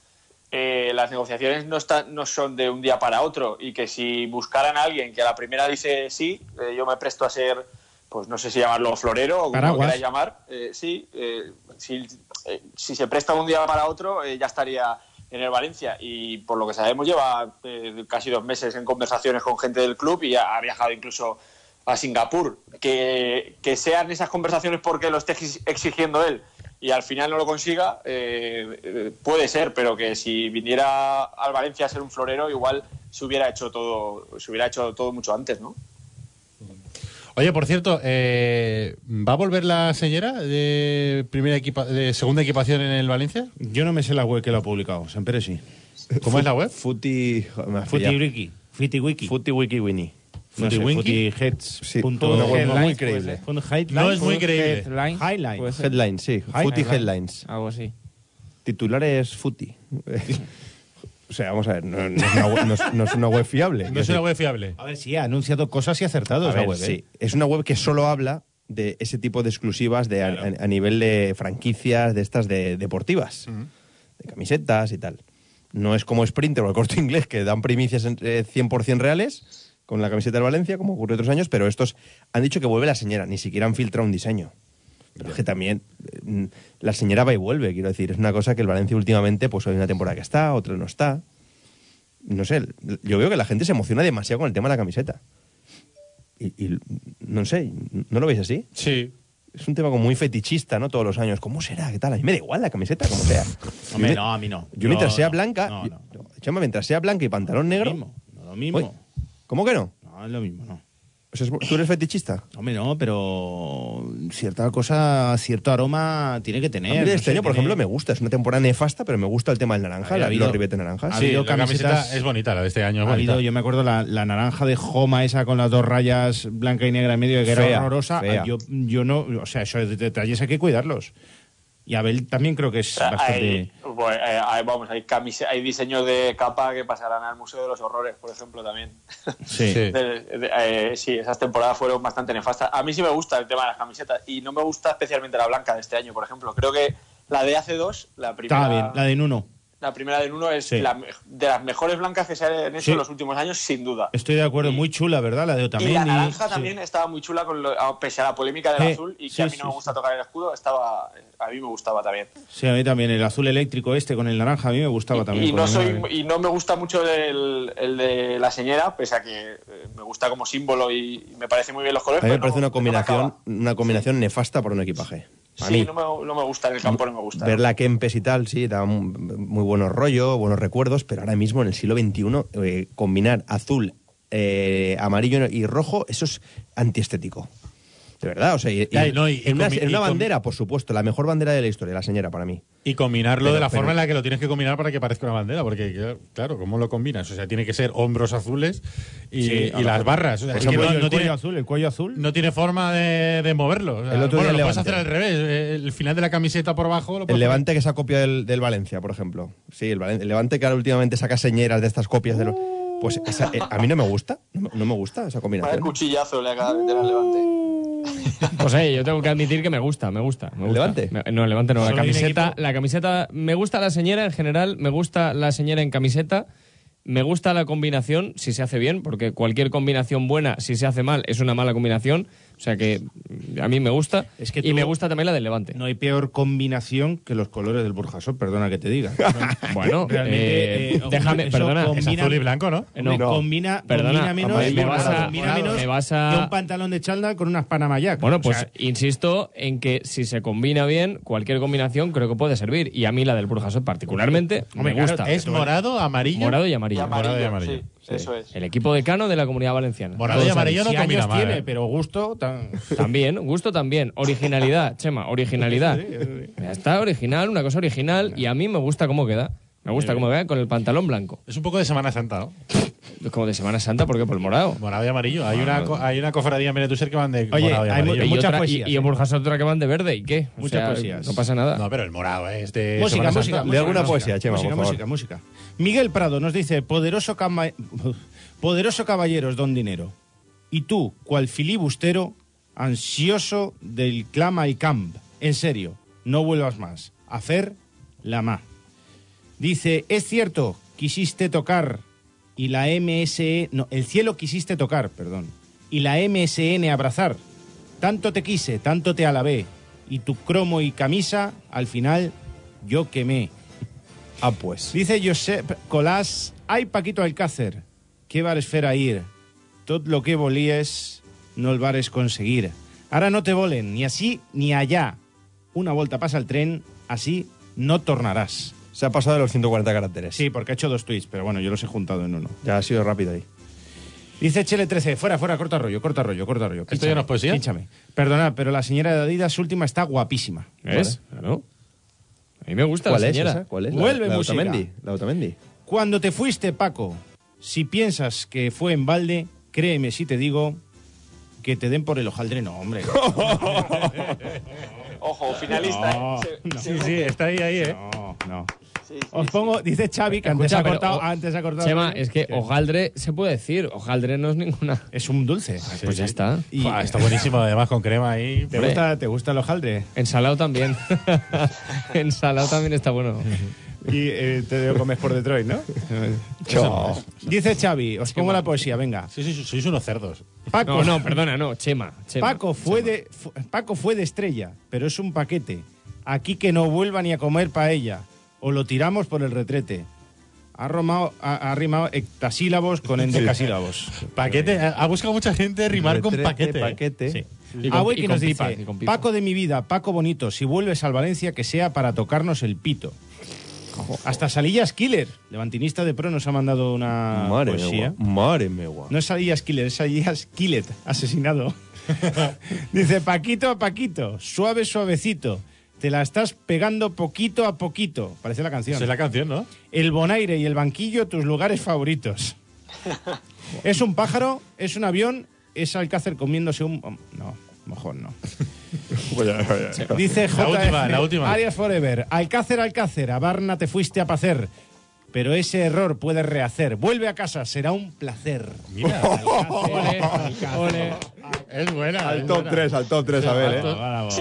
Speaker 5: eh, las negociaciones no, están, no son de un día para otro y que si buscaran a alguien que a la primera dice sí, eh, yo me presto a ser, pues no sé si llamarlo florero o como lo
Speaker 2: Paraguas.
Speaker 5: queráis llamar, eh, sí, eh, si, eh, si se presta un día para otro eh, ya estaría en el Valencia y por lo que sabemos lleva eh, casi dos meses en conversaciones con gente del club y ha- ha viajado incluso a Singapur. Que, que sean esas conversaciones porque lo esté exi- exigiendo él y al final no lo consiga, eh, eh, puede ser, pero que si viniera al Valencia a ser un florero, igual se hubiera hecho todo, se hubiera hecho todo mucho antes, ¿no?
Speaker 1: Oye, por cierto, eh, ¿va a volver la señora de primera equipa- de segunda equipación en el Valencia?
Speaker 2: Yo no me sé la web que lo ha publicado, Sempere sí.
Speaker 1: ¿Cómo es la web?
Speaker 4: Futi.
Speaker 2: FutiWiki. FutiWiki.
Speaker 4: FutiWiki Winnie.
Speaker 2: No sé, FutiHeads.
Speaker 4: Sí,
Speaker 2: punto
Speaker 4: una web
Speaker 2: headlines, pues, eh,
Speaker 4: muy
Speaker 2: puede
Speaker 4: creíble.
Speaker 2: ser. Punto headlines.
Speaker 1: No es muy creíble.
Speaker 11: Headline,
Speaker 2: Highline.
Speaker 11: puede ser. Ah, pues
Speaker 4: Headlines, sí.
Speaker 11: Hi-
Speaker 4: Futi Headlines.
Speaker 11: Algo así.
Speaker 4: Titulares Futi. o sea, vamos a ver, no, no es, una web, no es- no es una web fiable.
Speaker 1: No es una web fiable.
Speaker 2: A ver, sí, ha anunciado cosas y acertado
Speaker 4: A
Speaker 2: esa
Speaker 4: ver,
Speaker 2: web. ¿eh?
Speaker 4: sí. Es una web que solo habla de ese tipo de exclusivas de, a- a, a nivel de franquicias, de estas de deportivas, de camisetas y tal. No es como Sprinter o el corte inglés que dan primicias en- eh, 100% reales, con la camiseta del Valencia, como ocurrió otros años, pero estos han dicho que vuelve la señora, ni siquiera han filtrado un diseño. Pero es que también eh, la señora va y vuelve, quiero decir, es una cosa que el Valencia últimamente, pues hay una temporada que está, otra no está. No sé, yo veo que la gente se emociona demasiado con el tema de la camiseta. Y, y no sé, ¿no lo veis así?
Speaker 1: Sí.
Speaker 4: Es un tema como muy fetichista, ¿no? Todos los años. ¿Cómo será? ¿Qué tal? A mí me da igual la camiseta, como sea.
Speaker 2: Hombre,
Speaker 4: Yo me-
Speaker 2: no, a mí no.
Speaker 4: Yo mientras
Speaker 2: No,
Speaker 4: sea
Speaker 2: no,
Speaker 4: blanca,
Speaker 2: no,
Speaker 4: yo- Chema, mientras sea blanca y pantalón negro.
Speaker 2: No, lo mismo.
Speaker 4: Uy, ¿Cómo que no?
Speaker 2: No, es lo mismo, no.
Speaker 4: O sea, es- ¿Tú eres fetichista?
Speaker 2: Hombre, no, pero cierta cosa, cierto aroma tiene que
Speaker 4: A
Speaker 2: tener.
Speaker 4: mí de
Speaker 2: no
Speaker 4: este
Speaker 2: sé,
Speaker 4: año, por
Speaker 2: tiene-
Speaker 4: ejemplo, me gusta. Es una temporada nefasta, pero me gusta el tema del
Speaker 2: A
Speaker 4: naranja,
Speaker 2: ver,
Speaker 4: la-
Speaker 2: ha habido-
Speaker 4: los ribetes naranjas.
Speaker 2: ha habido camisetas-
Speaker 1: bonita, la de este año.
Speaker 2: Ha habido, yo me acuerdo, la, la naranja de Joma, esa con las dos rayas blanca y negra en medio, que
Speaker 4: Fea,
Speaker 2: era horrorosa.
Speaker 4: fea.
Speaker 2: Yo, yo no, o sea, esos detalles hay que cuidarlos. Y Abel también creo que es bastante.
Speaker 5: Hay, bueno, eh, hay- vamos, hay, camise- hay diseños de capa que pasarán al Museo de los Horrores, por ejemplo, también.
Speaker 2: Sí.
Speaker 5: De- de- eh, sí, esas temporadas fueron bastante nefastas. A mí sí me gusta el tema de las camisetas y no me gusta especialmente la blanca de este año, por ejemplo. Creo que la de hace dos, la primera,
Speaker 2: Estaba bien, la de Nuno.
Speaker 5: la primera del uno es
Speaker 2: Sí.
Speaker 5: la me- de las mejores blancas que se han hecho
Speaker 2: Sí.
Speaker 5: en los últimos años, sin duda.
Speaker 2: Estoy de acuerdo, muy chula, ¿verdad? La de Otamendi.
Speaker 5: y la naranja
Speaker 2: sí.
Speaker 5: también estaba muy chula, con lo- a- pese a la polémica del
Speaker 2: Sí,
Speaker 5: azul y que
Speaker 2: sí,
Speaker 5: a mí
Speaker 2: sí,
Speaker 5: no me gusta tocar el escudo, estaba, a mí me gustaba también.
Speaker 2: Sí, a mí también. El azul eléctrico este con el naranja a mí me gustaba también.
Speaker 5: Y
Speaker 2: por
Speaker 5: no,
Speaker 2: la
Speaker 5: soy,
Speaker 2: madre.
Speaker 5: y no me gusta mucho el, el de la señora, pese a que eh, me gusta como símbolo y, y me parece muy bien los colores.
Speaker 4: A mí me
Speaker 5: pero no-
Speaker 4: parece una combinación, una combinación nefasta para un equipaje. A
Speaker 5: sí,
Speaker 4: mí,
Speaker 5: no me, no me gusta en el campo, no me gusta.
Speaker 4: ver la Kempes y tal, sí, da un- muy buenos rollos, buenos recuerdos, pero ahora mismo en el siglo XXI, eh, combinar azul, eh, amarillo y rojo, eso es antiestético. De verdad, o sea, y- y-
Speaker 1: Ya, y no, y- y
Speaker 4: en, una,
Speaker 1: combi-
Speaker 4: en
Speaker 1: y
Speaker 4: una
Speaker 1: combi-
Speaker 4: bandera, por supuesto, la mejor bandera de la historia, la señora para mí.
Speaker 1: Y combinarlo
Speaker 4: Pero-
Speaker 1: de la
Speaker 4: pero-
Speaker 1: forma en la que lo tienes que combinar para que parezca una bandera, porque claro, ¿cómo lo combinas? O sea, tiene que ser hombros azules y,
Speaker 2: Sí,
Speaker 1: y
Speaker 2: ahora-
Speaker 1: las barras. O sea,
Speaker 2: Por
Speaker 1: es que
Speaker 2: ejemplo,
Speaker 1: no,
Speaker 2: el
Speaker 1: no
Speaker 2: cuello
Speaker 1: tiene,
Speaker 2: azul, el cuello azul.
Speaker 1: no tiene forma de, de moverlo. O sea,
Speaker 4: El otro
Speaker 1: bueno,
Speaker 4: día
Speaker 1: lo
Speaker 4: el
Speaker 1: puedes hacer al
Speaker 4: Levante.
Speaker 1: revés. eh, El final de la camiseta por abajo lo puedes
Speaker 4: El Levante que se ha copiado del, del Valencia, por ejemplo. Sí, el, Valen- el Levante que ahora últimamente saca señeras de estas copias de los... Pues esa- eh, a mí no me gusta, no, me- no me gusta esa
Speaker 5: Vaya
Speaker 4: combinación.
Speaker 5: cuchillazo le acaba de meter al levante.
Speaker 3: Pues eh, yo tengo que admitir que me gusta, me gusta. Me gusta.
Speaker 4: Levante?
Speaker 3: Me- no, el Levante no. La
Speaker 2: Solo hay un
Speaker 3: camiseta,
Speaker 2: equipo.
Speaker 3: la camiseta. Me gusta la señora en general, me gusta la señora en camiseta. Me gusta la combinación si se hace bien, porque cualquier combinación buena, si se hace mal, es una mala combinación. O sea que mm, a mí me gusta.
Speaker 2: Es que
Speaker 3: y
Speaker 2: tú-
Speaker 3: me gusta también la del Levante.
Speaker 2: No hay peor combinación que los colores del Burjasot, perdona que te diga.
Speaker 3: Bueno, eh, déjame,
Speaker 2: eso
Speaker 3: perdona.
Speaker 1: Es azul y blanco, ¿no?
Speaker 3: Eh, no.
Speaker 2: hombre, Combina,
Speaker 3: Perdona,
Speaker 2: combina menos,
Speaker 3: me- me vas a-
Speaker 2: combina menos
Speaker 3: me vas a-
Speaker 2: que un pantalón de chalda con unas panamayac.
Speaker 3: Bueno,
Speaker 2: O
Speaker 3: pues
Speaker 2: sea,
Speaker 3: insisto en que si se combina bien, cualquier combinación creo que puede servir. Y a mí la del Burjasot particularmente
Speaker 2: Hombre,
Speaker 3: me
Speaker 2: claro,
Speaker 3: gusta.
Speaker 1: Es morado, amarillo.
Speaker 3: Morado y amarillo.
Speaker 1: Morado y amarillo.
Speaker 5: sí, eso es.
Speaker 3: El equipo de Cano de la Comunidad Valenciana.
Speaker 1: Morado y
Speaker 3: Todos
Speaker 1: amarillo
Speaker 3: sabéis.
Speaker 1: no
Speaker 2: si
Speaker 1: combina
Speaker 2: años
Speaker 1: mal.
Speaker 2: tiene,
Speaker 1: ¿eh?
Speaker 2: pero gusto tan...
Speaker 3: También, gusto también. Originalidad, Chema, originalidad.
Speaker 2: Sí, sí, sí.
Speaker 3: Ya está, original, una cosa original. Y a mí me gusta cómo queda. Me gusta cómo queda con el pantalón blanco.
Speaker 1: Es un poco de Semana Santa, ¿no?
Speaker 3: Es como de Semana Santa, porque por el morado.
Speaker 1: Morado y amarillo. Hay una, co- hay una cofradía en Benetuser que van de
Speaker 2: Ah, Oye,
Speaker 1: morado y
Speaker 2: hay
Speaker 1: amarillo.
Speaker 2: mu-
Speaker 3: y
Speaker 2: muchas
Speaker 3: otra-
Speaker 2: poesías,
Speaker 3: Y, y en
Speaker 2: ¿eh?
Speaker 3: Burjasot otra que van de verde. ¿Y qué?
Speaker 2: Muchas
Speaker 3: sea,
Speaker 2: poesías.
Speaker 3: No pasa nada.
Speaker 1: No, pero el morado eh, es de
Speaker 2: música,
Speaker 1: Semana
Speaker 2: música,
Speaker 1: Santa.
Speaker 2: música,
Speaker 4: Lee alguna
Speaker 2: música,
Speaker 4: poesía, Chema,
Speaker 2: música,
Speaker 4: por favor.
Speaker 2: música, música. Miguel Prado nos dice, poderoso, cama- poderoso caballeros, don dinero, y tú, cual filibustero, ansioso del clama y camp, en serio, no vuelvas más, hacer la ma. Dice, es cierto, quisiste tocar, y la MSE, no, el cielo quisiste tocar, perdón, y la MSN abrazar, tanto te quise, tanto te alabé, y tu cromo y camisa, al final, yo quemé.
Speaker 4: Ah, pues.
Speaker 2: Dice Josep Colás, ay Paquito Alcácer, qué vares fer a ir, tot lo que volies no el vares conseguir. Ahora no te volen, ni así ni allá. Una vuelta pasa el tren, así no tornarás.
Speaker 4: Se ha pasado de los 140 caracteres.
Speaker 2: Sí, porque ha hecho dos tweets, pero bueno, yo los he juntado en uno.
Speaker 4: Ya ha sido rápido ahí.
Speaker 2: Dice Chele 13, fuera, fuera, corta rollo, corta rollo, corta rollo.
Speaker 1: ¿Esto ya no es poesía?
Speaker 2: Pínchame. Perdona, pero la señora de Adidas última está guapísima.
Speaker 3: ¿Ves? Claro. A mí me gusta
Speaker 4: ¿Cuál
Speaker 3: la
Speaker 4: es
Speaker 3: señora.
Speaker 4: esa? ¿Cuál es?
Speaker 2: Vuelve
Speaker 4: la, la de
Speaker 2: música. Ah,
Speaker 4: Otamendi. La de Otamendi.
Speaker 2: Cuando te fuiste, Paco, si piensas que fue en balde, créeme si te digo que te den por el hojaldre. No, hombre.
Speaker 5: Ojo, finalista.
Speaker 2: No,
Speaker 5: ¿eh? Se-
Speaker 2: no.
Speaker 5: se-
Speaker 1: Sí, sí, está ahí, ahí, ¿eh?
Speaker 2: No, no.
Speaker 5: se
Speaker 2: Os pongo, dice Xavi, que antes
Speaker 3: Escucha,
Speaker 2: ha,
Speaker 3: pero,
Speaker 2: cortado,
Speaker 3: o-
Speaker 2: antes ha cortado.
Speaker 1: ¿eh?
Speaker 3: Chema, es que hojaldre se puede decir. Hojaldre no es ninguna.
Speaker 2: Es un dulce.
Speaker 3: pues ya está.
Speaker 1: Buah, está buenísimo, además, con crema ahí.
Speaker 2: ¿Te gusta, ¿Te gusta el hojaldre?
Speaker 3: Ensalado también. Ensalado también está bueno.
Speaker 2: Y eh, te lo comes por Detroit, ¿no?
Speaker 3: Chao.
Speaker 2: Dice Xavi, os pongo la poesía, venga.
Speaker 1: Sí, sí, sois unos cerdos.
Speaker 2: Paco.
Speaker 3: No, no, perdona, no. Chema. Chema.
Speaker 2: Paco fue, de, fu- Paco fue de estrella, pero es un paquete. Aquí que no vuelva ni a comer paella. O lo tiramos por el retrete. Ha, romao- ha, ha rimado hectasílabos con endecasílabos.
Speaker 1: Paquete, Eh, ha ha buscado mucha gente rimar con
Speaker 4: eh,
Speaker 2: Retrete,
Speaker 1: paquete.
Speaker 2: paquete.
Speaker 1: Sí.
Speaker 3: Y con-
Speaker 2: Abue
Speaker 3: y
Speaker 2: este.
Speaker 3: con
Speaker 2: Ah, que nos
Speaker 3: pipa,
Speaker 2: dice,
Speaker 3: y con pipa.
Speaker 2: Paco de mi vida, Paco bonito, si vuelves al Valencia que sea para tocarnos el pito. Hasta Salillas Killer, levantinista de pro, nos ha mandado una
Speaker 4: Madre
Speaker 2: poesía.
Speaker 4: mía, madre mía. guau.
Speaker 2: pues ¿eh? No es Salillas Killer, es Salillas Killet, asesinado. Dice, Paquito a Paquito, suave, suavecito. Te la estás pegando poquito a poquito. Parece la canción.
Speaker 1: Esa es la canción, ¿no?
Speaker 2: El Bonaire y el banquillo, tus lugares favoritos. es un pájaro, es un avión, es Alcácer comiéndose un... No, mojón no. Dice
Speaker 1: La
Speaker 2: J.
Speaker 1: última, la última.
Speaker 2: Arias Forever. Alcácer, Alcácer, a Barna te fuiste a pacer. Pero ese error puedes rehacer. Vuelve a casa, será un placer.
Speaker 1: Mira, es buena.
Speaker 4: Al
Speaker 1: es
Speaker 4: top
Speaker 1: buena.
Speaker 4: 3, al top 3, a ver, eh.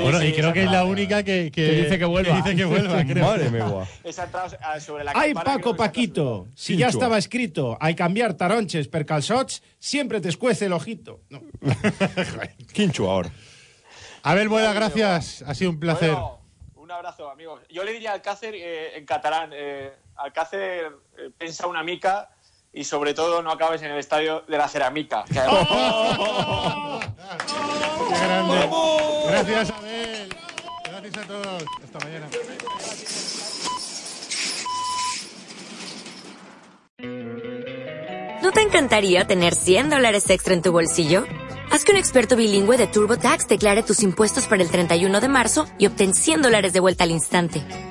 Speaker 1: Bueno, y creo que es la única que, que,
Speaker 3: Que dice que vuelva.
Speaker 1: dice que vuelva, creo.
Speaker 4: Madre mía, guau.
Speaker 5: Esa entrada ah, sobre la
Speaker 2: Ay,
Speaker 5: campana,
Speaker 2: Paco,
Speaker 5: creo que-
Speaker 2: Paquito, si ya
Speaker 4: Chinchua.
Speaker 2: estaba escrito, al cambiar taronches per calzots, siempre te escuece el ojito. No.
Speaker 4: Quinchu ahora.
Speaker 1: Abel Buena, gracias. Ha sido un placer.
Speaker 5: Bueno, un abrazo, amigos. Yo le diría a Alcácer eh, en catalán, eh, Alcácer eh, pensa una mica y sobre todo no acabes en el estadio de la ceramica. que además-
Speaker 1: Qué grande. Gracias, Abel. Gracias a todos. Hasta mañana.
Speaker 13: ¿No te encantaría tener 100 dólares extra en tu bolsillo? Haz que un experto bilingüe de TurboTax declare tus impuestos para el 31 de marzo y obtén 100 dólares de vuelta al instante.